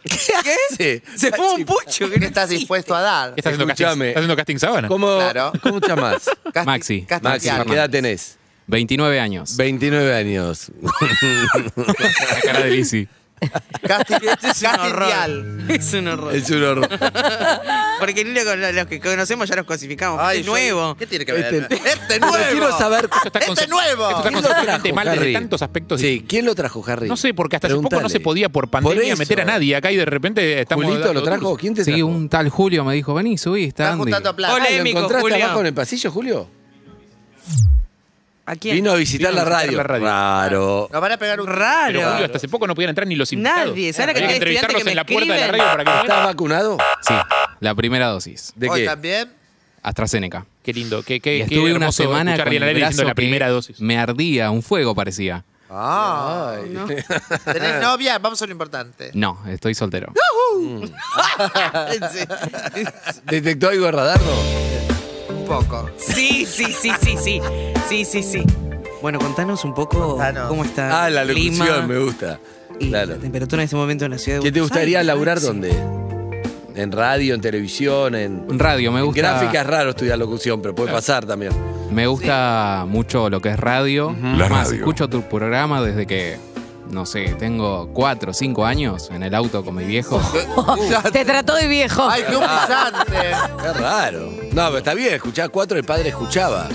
Speaker 1: ¿Qué?
Speaker 2: Sí.
Speaker 1: Se fue un pucho. que
Speaker 3: ¿Qué
Speaker 1: no
Speaker 3: estás
Speaker 1: existe.
Speaker 3: dispuesto a dar?
Speaker 4: ¿Qué estás haciendo casting?
Speaker 2: Escuchame.
Speaker 4: ¿Estás haciendo casting sábana?
Speaker 2: ¿Cómo,
Speaker 3: Claro.
Speaker 2: ¿Cómo te llamás?
Speaker 3: Casti-
Speaker 8: Maxi.
Speaker 2: Maxi,
Speaker 3: Castigliano.
Speaker 8: Maxi,
Speaker 2: ¿qué edad tenés?
Speaker 8: 29 años.
Speaker 2: 29 años.
Speaker 8: La cara de Lizzy.
Speaker 3: Casti-
Speaker 1: este Es un
Speaker 3: Castiglial.
Speaker 1: horror. Es un horror.
Speaker 2: Es un horror.
Speaker 1: Porque ni lo con- los que conocemos ya los cosificamos.
Speaker 3: Ay,
Speaker 1: es
Speaker 3: yo-
Speaker 1: nuevo.
Speaker 3: ¿Qué tiene que ver?
Speaker 2: Este-
Speaker 3: Este, nuevo.
Speaker 2: Quiero saber.
Speaker 3: Este
Speaker 4: conce- Esto
Speaker 3: nuevo.
Speaker 4: está
Speaker 2: ¿Quién lo
Speaker 4: conceptualmente
Speaker 2: trajo,
Speaker 4: mal desde
Speaker 2: Harry?
Speaker 4: tantos aspectos.
Speaker 2: Sí, ¿quién lo trajo, Harry?
Speaker 4: No sé, porque hasta hace poco no
Speaker 2: Preguntale.
Speaker 4: se podía por pandemia
Speaker 2: eso.
Speaker 4: meter a nadie acá y de repente estamos.
Speaker 2: ¿Julito
Speaker 4: dando
Speaker 2: lo trajo?
Speaker 4: tours.
Speaker 2: ¿Quién te trajo?
Speaker 8: Sí, un tal Julio me dijo, vení, subí, está
Speaker 3: Estás
Speaker 8: Andy.
Speaker 3: juntando plata.
Speaker 1: Hola.
Speaker 2: Ah, ¿Lo
Speaker 1: Polémico,
Speaker 2: encontraste
Speaker 1: Julio.
Speaker 2: abajo en el pasillo, Julio?
Speaker 1: ¿A quién?
Speaker 2: Vino a visitar
Speaker 4: Vino a
Speaker 2: la
Speaker 4: visitar
Speaker 2: radio.
Speaker 4: la radio.
Speaker 2: Raro.
Speaker 3: Nos van a pegar un.
Speaker 1: Raro.
Speaker 4: Pero Julio, hasta hace poco no podían entrar ni los invitados.
Speaker 1: Nadie. ¿Sabes la
Speaker 4: Había
Speaker 1: cantidad de
Speaker 4: que
Speaker 1: estudiantes
Speaker 4: entrevistarlos
Speaker 1: que me
Speaker 4: en la puerta de la radio
Speaker 1: escriben?
Speaker 4: para que
Speaker 2: ¿Estás
Speaker 4: bueno,
Speaker 2: vacunado?
Speaker 8: Sí, la primera dosis.
Speaker 2: ¿De
Speaker 3: Hoy
Speaker 2: qué?
Speaker 3: también.
Speaker 8: AstraZeneca.
Speaker 4: Qué lindo. Qué,
Speaker 8: Y
Speaker 4: qué, qué
Speaker 8: estuve una
Speaker 4: hermoso
Speaker 8: semana
Speaker 4: escuchar a
Speaker 8: con
Speaker 4: Ariel
Speaker 8: el
Speaker 4: Ariel diciendo
Speaker 8: brazo
Speaker 4: la primera
Speaker 8: que
Speaker 4: dosis.
Speaker 8: me ardía, un fuego parecía.
Speaker 3: Ah.
Speaker 1: No.
Speaker 3: ¿Tenés novia? Vamos a lo importante.
Speaker 8: No, estoy soltero.
Speaker 2: ¿Detectó algo de radardo?
Speaker 3: Un poco.
Speaker 1: Sí, sí, sí, sí, sí. Sí, sí, sí. Bueno, contanos un poco
Speaker 3: Contanos.
Speaker 1: cómo está
Speaker 2: Ah, la
Speaker 1: el clima
Speaker 2: locución, me gusta.
Speaker 1: y
Speaker 2: Claro.
Speaker 1: la temperatura en este momento en la ciudad de
Speaker 2: ¿Qué te
Speaker 1: Buenos
Speaker 2: gustaría
Speaker 1: Aires.
Speaker 2: laburar
Speaker 1: Sí.
Speaker 2: dónde? ¿En radio, en televisión, en...?
Speaker 8: Radio, me
Speaker 2: en
Speaker 8: gusta.
Speaker 2: gráfica es raro estudiar locución, pero puede pasar también.
Speaker 8: Me gusta mucho lo que es radio.
Speaker 9: La
Speaker 8: Es más,
Speaker 9: radio.
Speaker 8: escucho tu programa desde que, no sé, tengo cuatro o cinco años en el auto con mi viejo.
Speaker 5: Te trató de viejo.
Speaker 3: Ay, qué humillante.
Speaker 2: Es raro. No, pero está bien, escuchaba cuatro, el padre escuchaba.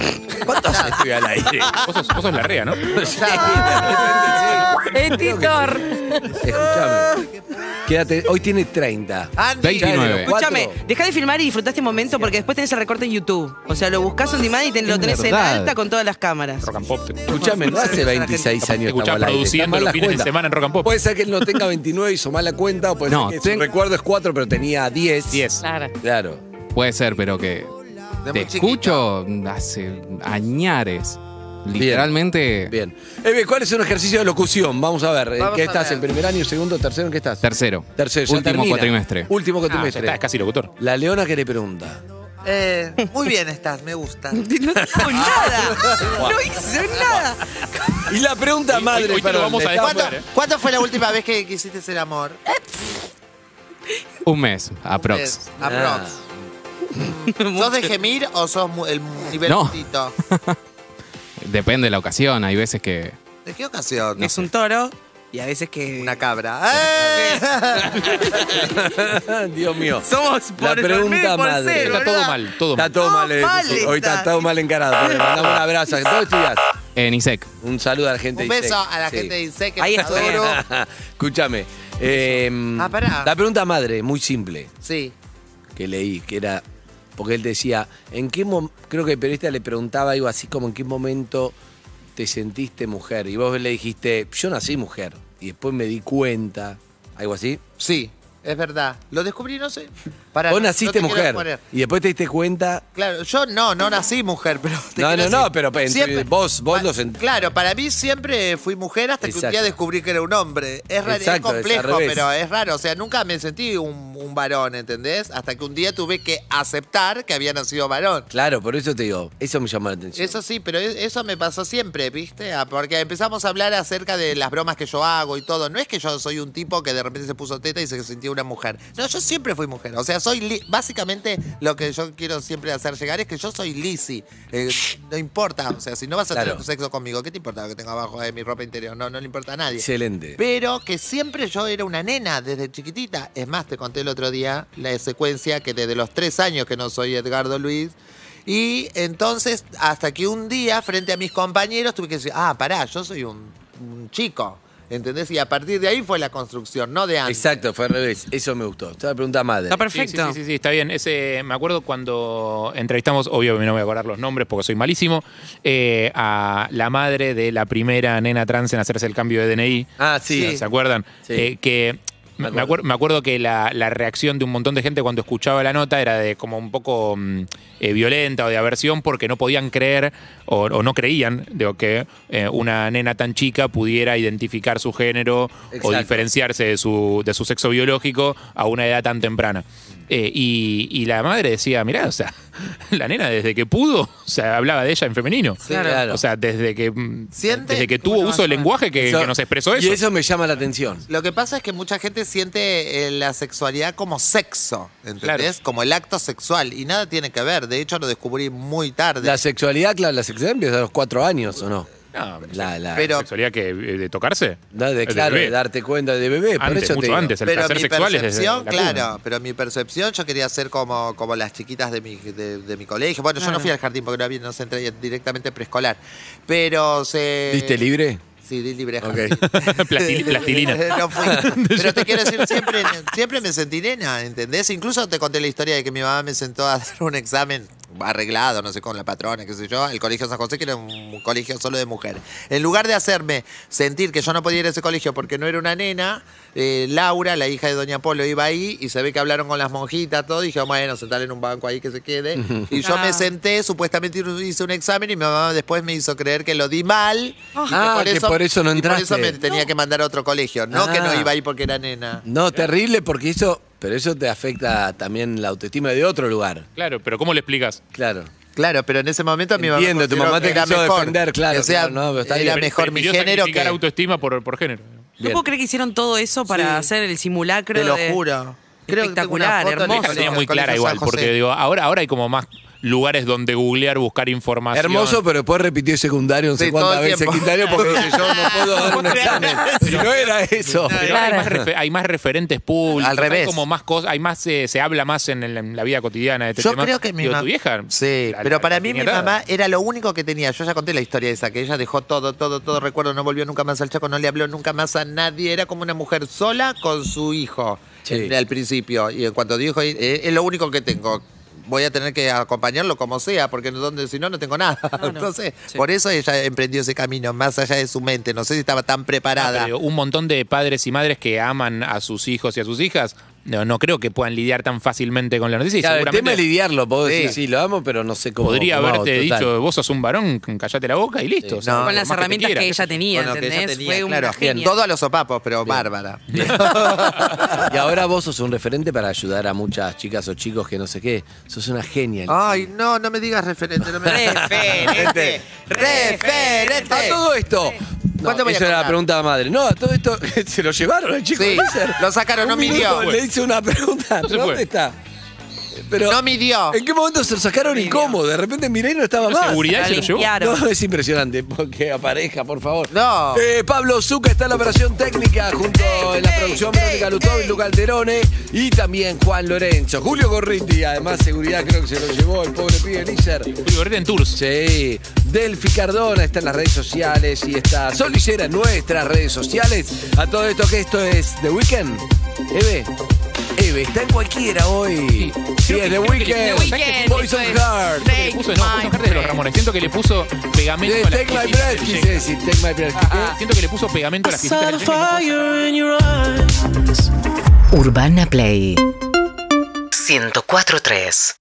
Speaker 2: ¿Cuántos estudia al aire?
Speaker 4: Vos sos, vos sos la rea, ¿no?
Speaker 5: Es Titor.
Speaker 2: Escuchame. Quédate, hoy tiene Ah, 30.
Speaker 3: Andy.
Speaker 8: 29.
Speaker 2: Cuatro.
Speaker 1: Escúchame, deja de filmar y disfrutá este momento porque después tenés el recorte en YouTube. O sea, lo buscás on demand y te- lo
Speaker 8: Es
Speaker 1: tenés
Speaker 8: verdad.
Speaker 1: en alta con todas las cámaras.
Speaker 4: Rock and Pop. te-
Speaker 2: Escuchame, no hace 26 años
Speaker 4: Escuchá
Speaker 2: estamos al aire.
Speaker 4: produciendo
Speaker 2: Está mal
Speaker 4: los
Speaker 2: la
Speaker 4: fines de
Speaker 2: cuenta.
Speaker 4: semana en Rock and Pop.
Speaker 2: Puede ser que él no tenga 29 y sumá la cuenta, o puede
Speaker 8: No,
Speaker 2: ser que
Speaker 8: ten-
Speaker 2: su recuerdo es 4, pero tenía 10.
Speaker 4: 10.
Speaker 5: Claro.
Speaker 2: Claro.
Speaker 8: Puede ser, pero que te
Speaker 3: De muy chiquito.
Speaker 8: escucho hace añares. Literalmente,
Speaker 2: Bien. Eve, ¿cuál es un ejercicio de locución? Vamos a ver. ¿En
Speaker 3: Vamos
Speaker 2: qué
Speaker 3: a
Speaker 2: estás?
Speaker 3: ver.
Speaker 2: ¿En primer año, segundo, tercero? ¿En qué estás?
Speaker 8: tercero.
Speaker 2: Tercero. ya
Speaker 8: Último
Speaker 2: termina.
Speaker 8: cuatrimestre.
Speaker 2: Último
Speaker 4: Ah, ya
Speaker 2: cuatrimestre.
Speaker 4: está, es casi locutor.
Speaker 2: La leona que le pregunta.
Speaker 3: Eh, muy bien estás, me gusta.
Speaker 1: No dijo nada. No hizo nada.
Speaker 2: Y la pregunta
Speaker 4: Hoy-
Speaker 2: madre
Speaker 4: hoy- hoy te lo
Speaker 2: perdón,
Speaker 4: vamos a
Speaker 2: de-
Speaker 4: dejar
Speaker 3: ¿Cuándo,
Speaker 4: fuera, eh.
Speaker 3: cuándo fue la última vez que quisiste hacer amor?
Speaker 8: Un mes, aprox.
Speaker 3: Ustedes,
Speaker 2: Ah.
Speaker 3: Aprox. ¿Sos de gemir o sos mu- el nivel
Speaker 8: No.
Speaker 3: puntito?
Speaker 8: Depende de la ocasión, hay veces que.
Speaker 3: ¿De qué ocasión?
Speaker 1: Es un toro y a veces que.
Speaker 3: Una cabra. ¡Eh!
Speaker 2: Ah. Dios mío.
Speaker 1: Somos por
Speaker 2: La
Speaker 1: por medio
Speaker 2: pregunta
Speaker 1: y por
Speaker 2: madre.
Speaker 1: cero,
Speaker 4: Está todo
Speaker 1: ¿verdad?
Speaker 4: mal, todo
Speaker 2: Está
Speaker 4: mal.
Speaker 2: todo
Speaker 1: Todo
Speaker 2: mal, eh,
Speaker 1: mal
Speaker 2: sí. Hoy
Speaker 1: está.
Speaker 2: está todo mal encarado. Le mandamos un abrazo. ¿Dónde estudias?
Speaker 8: En ISEC.
Speaker 2: Un saludo a la gente
Speaker 3: Un
Speaker 2: de
Speaker 3: beso
Speaker 2: ISEC,
Speaker 3: a la
Speaker 2: sí.
Speaker 3: gente de INSEC. que
Speaker 1: Ahí
Speaker 3: me
Speaker 1: estoy.
Speaker 3: adoro.
Speaker 2: Escúchame. eh,
Speaker 3: Ah, pará.
Speaker 2: La pregunta madre, muy simple,
Speaker 3: Sí.
Speaker 2: que leí, que era. Porque él decía, ¿en qué mom- Creo que el periodista le preguntaba algo así como: ¿en qué momento te sentiste mujer? Y vos le dijiste, Yo nací mujer. Y después me di cuenta. Algo así.
Speaker 3: Sí, es verdad. Lo descubrí, no sé. Para,
Speaker 2: vos naciste mujer.
Speaker 3: Poner.
Speaker 2: Y después te diste cuenta.
Speaker 3: Claro, yo no, no nací mujer, pero. te
Speaker 2: No, no,
Speaker 3: quiero
Speaker 2: no,
Speaker 3: decir,
Speaker 2: pero en- vos- vos
Speaker 3: pa-
Speaker 2: lo sent-
Speaker 3: Claro, para mí siempre fui mujer hasta que un día
Speaker 2: Exacto.
Speaker 3: descubrí que era un hombre. Es, raro, es
Speaker 2: Exacto, es al
Speaker 3: complejo,
Speaker 2: revés.
Speaker 3: pero es raro. O sea, nunca me sentí un, un varón, ¿entendés? Hasta que un día tuve que aceptar que había nacido varón.
Speaker 2: Claro, por eso te digo, eso me llamó la atención.
Speaker 3: Eso sí, pero e- eso me pasó siempre, ¿viste? Ah, Porque empezamos a hablar acerca de las bromas que yo hago y todo. No es que yo soy un tipo que de repente se puso teta y se sintió un una mujer. No, yo siempre fui mujer. O sea, soy li- básicamente lo que yo quiero siempre hacer llegar es que yo soy Lizzy. Eh, no importa, o sea, si no vas a
Speaker 2: Claro.
Speaker 3: tener tu sexo conmigo, ¿qué te importa lo que tengo abajo de mi ropa interior? No, no le importa a nadie.
Speaker 2: Excelente.
Speaker 3: Pero que siempre yo era una nena desde chiquitita. Es más, te conté el otro día la secuencia que desde los tres años que no soy Edgardo Luis. Y entonces, hasta que un día, frente a mis compañeros, tuve que decir, ah, pará, yo soy un, un chico. ¿Entendés? Y a partir de ahí fue la construcción, no de antes.
Speaker 2: Exacto, fue al revés. Eso me gustó. Esta pregunta madre.
Speaker 1: Está
Speaker 4: Sí, sí,
Speaker 1: perfecto.
Speaker 4: Sí, sí, sí, está bien. Ese, me acuerdo cuando entrevistamos, obvio no me voy a acordar los nombres porque soy malísimo, eh, a la madre de la primera nena trans en hacerse el cambio de DNI.
Speaker 2: Ah, sí.
Speaker 4: ¿Se acuerdan?
Speaker 2: Sí.
Speaker 4: Eh, que me
Speaker 2: Me
Speaker 4: acuerdo.
Speaker 2: acuerdo.
Speaker 4: Me, acuerdo que la, la reacción de un montón de gente cuando escuchaba la nota era de como un poco mm, eh, violenta o de aversión porque no podían creer o, o no creían de que eh, una nena tan chica pudiera identificar su género o
Speaker 2: Exacto.
Speaker 4: diferenciarse de su, de su sexo biológico a una edad tan temprana. Eh, y, y la madre decía, mirá, o sea, la nena desde que pudo, o sea, hablaba de ella en femenino.
Speaker 2: Sí, claro.
Speaker 4: O sea, desde que, mm,
Speaker 3: Siente
Speaker 4: desde que
Speaker 3: cómo
Speaker 4: tuvo
Speaker 3: lo
Speaker 4: uso del
Speaker 3: vas a ver.
Speaker 4: lenguaje que,
Speaker 2: Eso-
Speaker 4: que nos expresó eso.
Speaker 2: Y eso me llama la atención.
Speaker 3: Lo que pasa es que mucha gente siente eh, la sexualidad como sexo, ¿entendés?
Speaker 4: Claro.
Speaker 3: Como el acto sexual y nada tiene que ver. De hecho, lo descubrí muy tarde.
Speaker 2: La sexualidad, claro, la sexualidad empieza a los cuatro años, ¿o no?
Speaker 4: No,
Speaker 2: La, la,
Speaker 3: Pero-
Speaker 4: sexualidad que eh, de tocarse.
Speaker 2: la de,
Speaker 4: Es de
Speaker 2: claro,
Speaker 4: bebé.
Speaker 2: de darte cuenta de bebé. por
Speaker 4: Antes,
Speaker 2: eso te
Speaker 4: mucho
Speaker 2: digo.
Speaker 4: antes, el placer sexual es desde
Speaker 3: percepción,
Speaker 4: la cuna.
Speaker 3: claro, pero mi percepción, yo quería ser como, como las chiquitas de mi, de, de mi colegio. Bueno, yo no
Speaker 1: Claro.
Speaker 3: fui al jardín porque no, había, no se entré directamente preescolar. Pero se.
Speaker 2: ¿Diste libre?
Speaker 3: Sí, di libre.
Speaker 2: Ok.
Speaker 3: jardín.
Speaker 4: Plastil- plastilina.
Speaker 3: no fui. Pero te quiero decir, siempre, siempre me sentí nena, ¿entendés? Incluso te conté la historia de que mi mamá me sentó a dar un examen arreglado, no sé, con la patrona, qué sé yo, al colegio San José, que era un colegio solo de mujeres. En lugar de hacerme sentir que yo no podía ir a ese colegio porque no era una nena, eh, Laura, la hija de Doña Polo, iba ahí y se ve que hablaron con las monjitas, todo, y dije, bueno, sentar en un banco ahí que se quede. Y yo me
Speaker 1: Ah.
Speaker 3: senté, supuestamente hice un examen y mi mamá después me hizo creer que lo di mal. y
Speaker 2: Ah, que por eso no
Speaker 3: y por eso
Speaker 2: entraste.
Speaker 3: me tenía que mandar a otro colegio. No
Speaker 2: Ah.
Speaker 3: que no iba ahí porque era nena.
Speaker 4: Eh.
Speaker 2: No, terrible porque eso, pero eso te afecta también la autoestima de otro lugar.
Speaker 4: Claro, pero ¿cómo le explicas?
Speaker 2: Claro.
Speaker 3: Claro, pero en ese momento mi mamá.
Speaker 2: Entiendo, tu
Speaker 3: consideró
Speaker 2: mamá
Speaker 3: que
Speaker 2: te
Speaker 3: era
Speaker 2: quiso
Speaker 3: mejor.
Speaker 2: defender, claro,
Speaker 3: O sea,
Speaker 2: claro, no, pero está
Speaker 3: era
Speaker 2: bien.
Speaker 3: mejor mi
Speaker 4: Prefirió
Speaker 3: género que.
Speaker 4: sacrificar autoestima por, por género.
Speaker 1: No
Speaker 2: Bien.
Speaker 1: puedo creer que hicieron todo eso para
Speaker 3: Sí.
Speaker 1: hacer el simulacro.
Speaker 3: Te lo
Speaker 1: de-
Speaker 3: juro.
Speaker 1: Espectacular, hermoso.
Speaker 4: La tenía muy clara igual, porque digo, ahora, ahora hay como más igual donde googlear, buscar información.
Speaker 2: Hermoso, pero después repitió secundario no sé
Speaker 3: Sí,
Speaker 2: cuántas
Speaker 3: todo el
Speaker 2: veces
Speaker 3: tiempo.
Speaker 2: quintario porque dice, yo no puedo dar un examen. Si no era eso.
Speaker 4: Pero ahora hay, más refe- hay más referentes públicos.
Speaker 3: Al revés.
Speaker 4: Hay como más cosas, hay más, eh, se habla más en, el- en la vida cotidiana de este
Speaker 3: Yo
Speaker 4: tema.
Speaker 3: creo que mi
Speaker 4: Digo,
Speaker 3: mamá.
Speaker 4: tu vieja.
Speaker 3: Sí,
Speaker 4: la-
Speaker 3: pero
Speaker 4: la- Ah,
Speaker 3: para
Speaker 4: la
Speaker 3: mí mi
Speaker 4: niñatada.
Speaker 3: mamá era lo único que tenía. Yo ya conté la historia esa, que ella dejó todo, todo, todo. Recuerdo, no volvió nunca más al Chaco, no le habló nunca más a nadie. Era como una mujer sola con su hijo
Speaker 2: Sí.
Speaker 3: en- al principio. Y en cuanto dijo, eh, es lo único que tengo. Voy a tener que acompañarlo como sea, porque no- donde si no, no tengo nada. Entonces, por eso ella emprendió ese camino, más allá de su mente. No sé si estaba tan
Speaker 4: Ah,
Speaker 3: preparada.
Speaker 4: pero un montón de padres y madres que aman a sus hijos y a sus hijas, no, no creo que puedan lidiar tan fácilmente con la noticia. y
Speaker 2: Claro, el tema
Speaker 4: seguramente-
Speaker 2: es lidiarlo. Puedo decir,
Speaker 3: Sí.
Speaker 2: sí, lo amo, pero no sé cómo.
Speaker 4: Podría
Speaker 2: cómo hago,
Speaker 4: haberte
Speaker 2: total.
Speaker 4: dicho, vos sos un varón, callate la boca y listo.
Speaker 3: Sí,
Speaker 4: O sea,
Speaker 3: no.
Speaker 4: por más
Speaker 1: Con las
Speaker 4: que te
Speaker 1: herramientas
Speaker 4: quiera,
Speaker 1: que ella tenía,
Speaker 3: Bueno, que ella
Speaker 1: ¿entendés?
Speaker 3: tenía,
Speaker 1: Fue una
Speaker 3: claro.
Speaker 1: genia.
Speaker 3: Bien, todo a los sopapos, pero bárbara.
Speaker 2: Y ahora vos sos un referente para ayudar a muchas chicas o chicos que no sé qué. Sos una genia.
Speaker 3: Ay, no, no me digas referente. No me
Speaker 1: Referente.
Speaker 3: referente.
Speaker 2: A todo esto. No,
Speaker 3: ¿Cuánto voy a
Speaker 2: esa era la
Speaker 3: cobrar?
Speaker 2: pregunta de madre. No, a todo esto se lo llevaron al chico.
Speaker 3: Sí,
Speaker 2: Láser.
Speaker 3: lo sacaron, no
Speaker 2: Un minuto
Speaker 3: midió.
Speaker 2: Le hice una pregunta.
Speaker 4: se
Speaker 2: ¿pero ¿Dónde
Speaker 4: fue.
Speaker 2: está? Pero,
Speaker 3: No midió.
Speaker 2: ¿En qué momento se lo sacaron incómodo? De repente miré y no estaba más.
Speaker 4: seguridad se lo llevó.
Speaker 1: limpiar. Claro.
Speaker 2: No, es impresionante, porque aparezca, por favor.
Speaker 3: No.
Speaker 2: Eh, Pablo Zuca está en la operación técnica junto en la producción Verónica Lutó y Luca Alterone y también Juan Lorenzo. Julio Gorriti, además seguridad creo que se lo llevó el pobre pibe Lícer.
Speaker 4: Gorriti en Tours.
Speaker 2: Sí, Delfi Cardona está en las redes sociales y está Solillera en nuestras redes sociales. A todo esto que esto es The Weeknd. Eve, Eve, está en cualquiera hoy. Sí, es The Weeknd.
Speaker 4: The
Speaker 1: Weeknd, eso
Speaker 2: Poison
Speaker 1: es.
Speaker 2: Heart.
Speaker 4: Siento que le puso, no, Poison Heart es de los Ramones. Siento que le puso pegamento
Speaker 2: Eh,
Speaker 4: a las
Speaker 2: Take my
Speaker 4: piecitas
Speaker 2: breath,
Speaker 4: del
Speaker 2: quise
Speaker 4: Jenga.
Speaker 2: decir, take my breath.
Speaker 4: Ah, Siento que le puso pegamento a las piecitas del Jenga.
Speaker 9: Urbana Play 104.3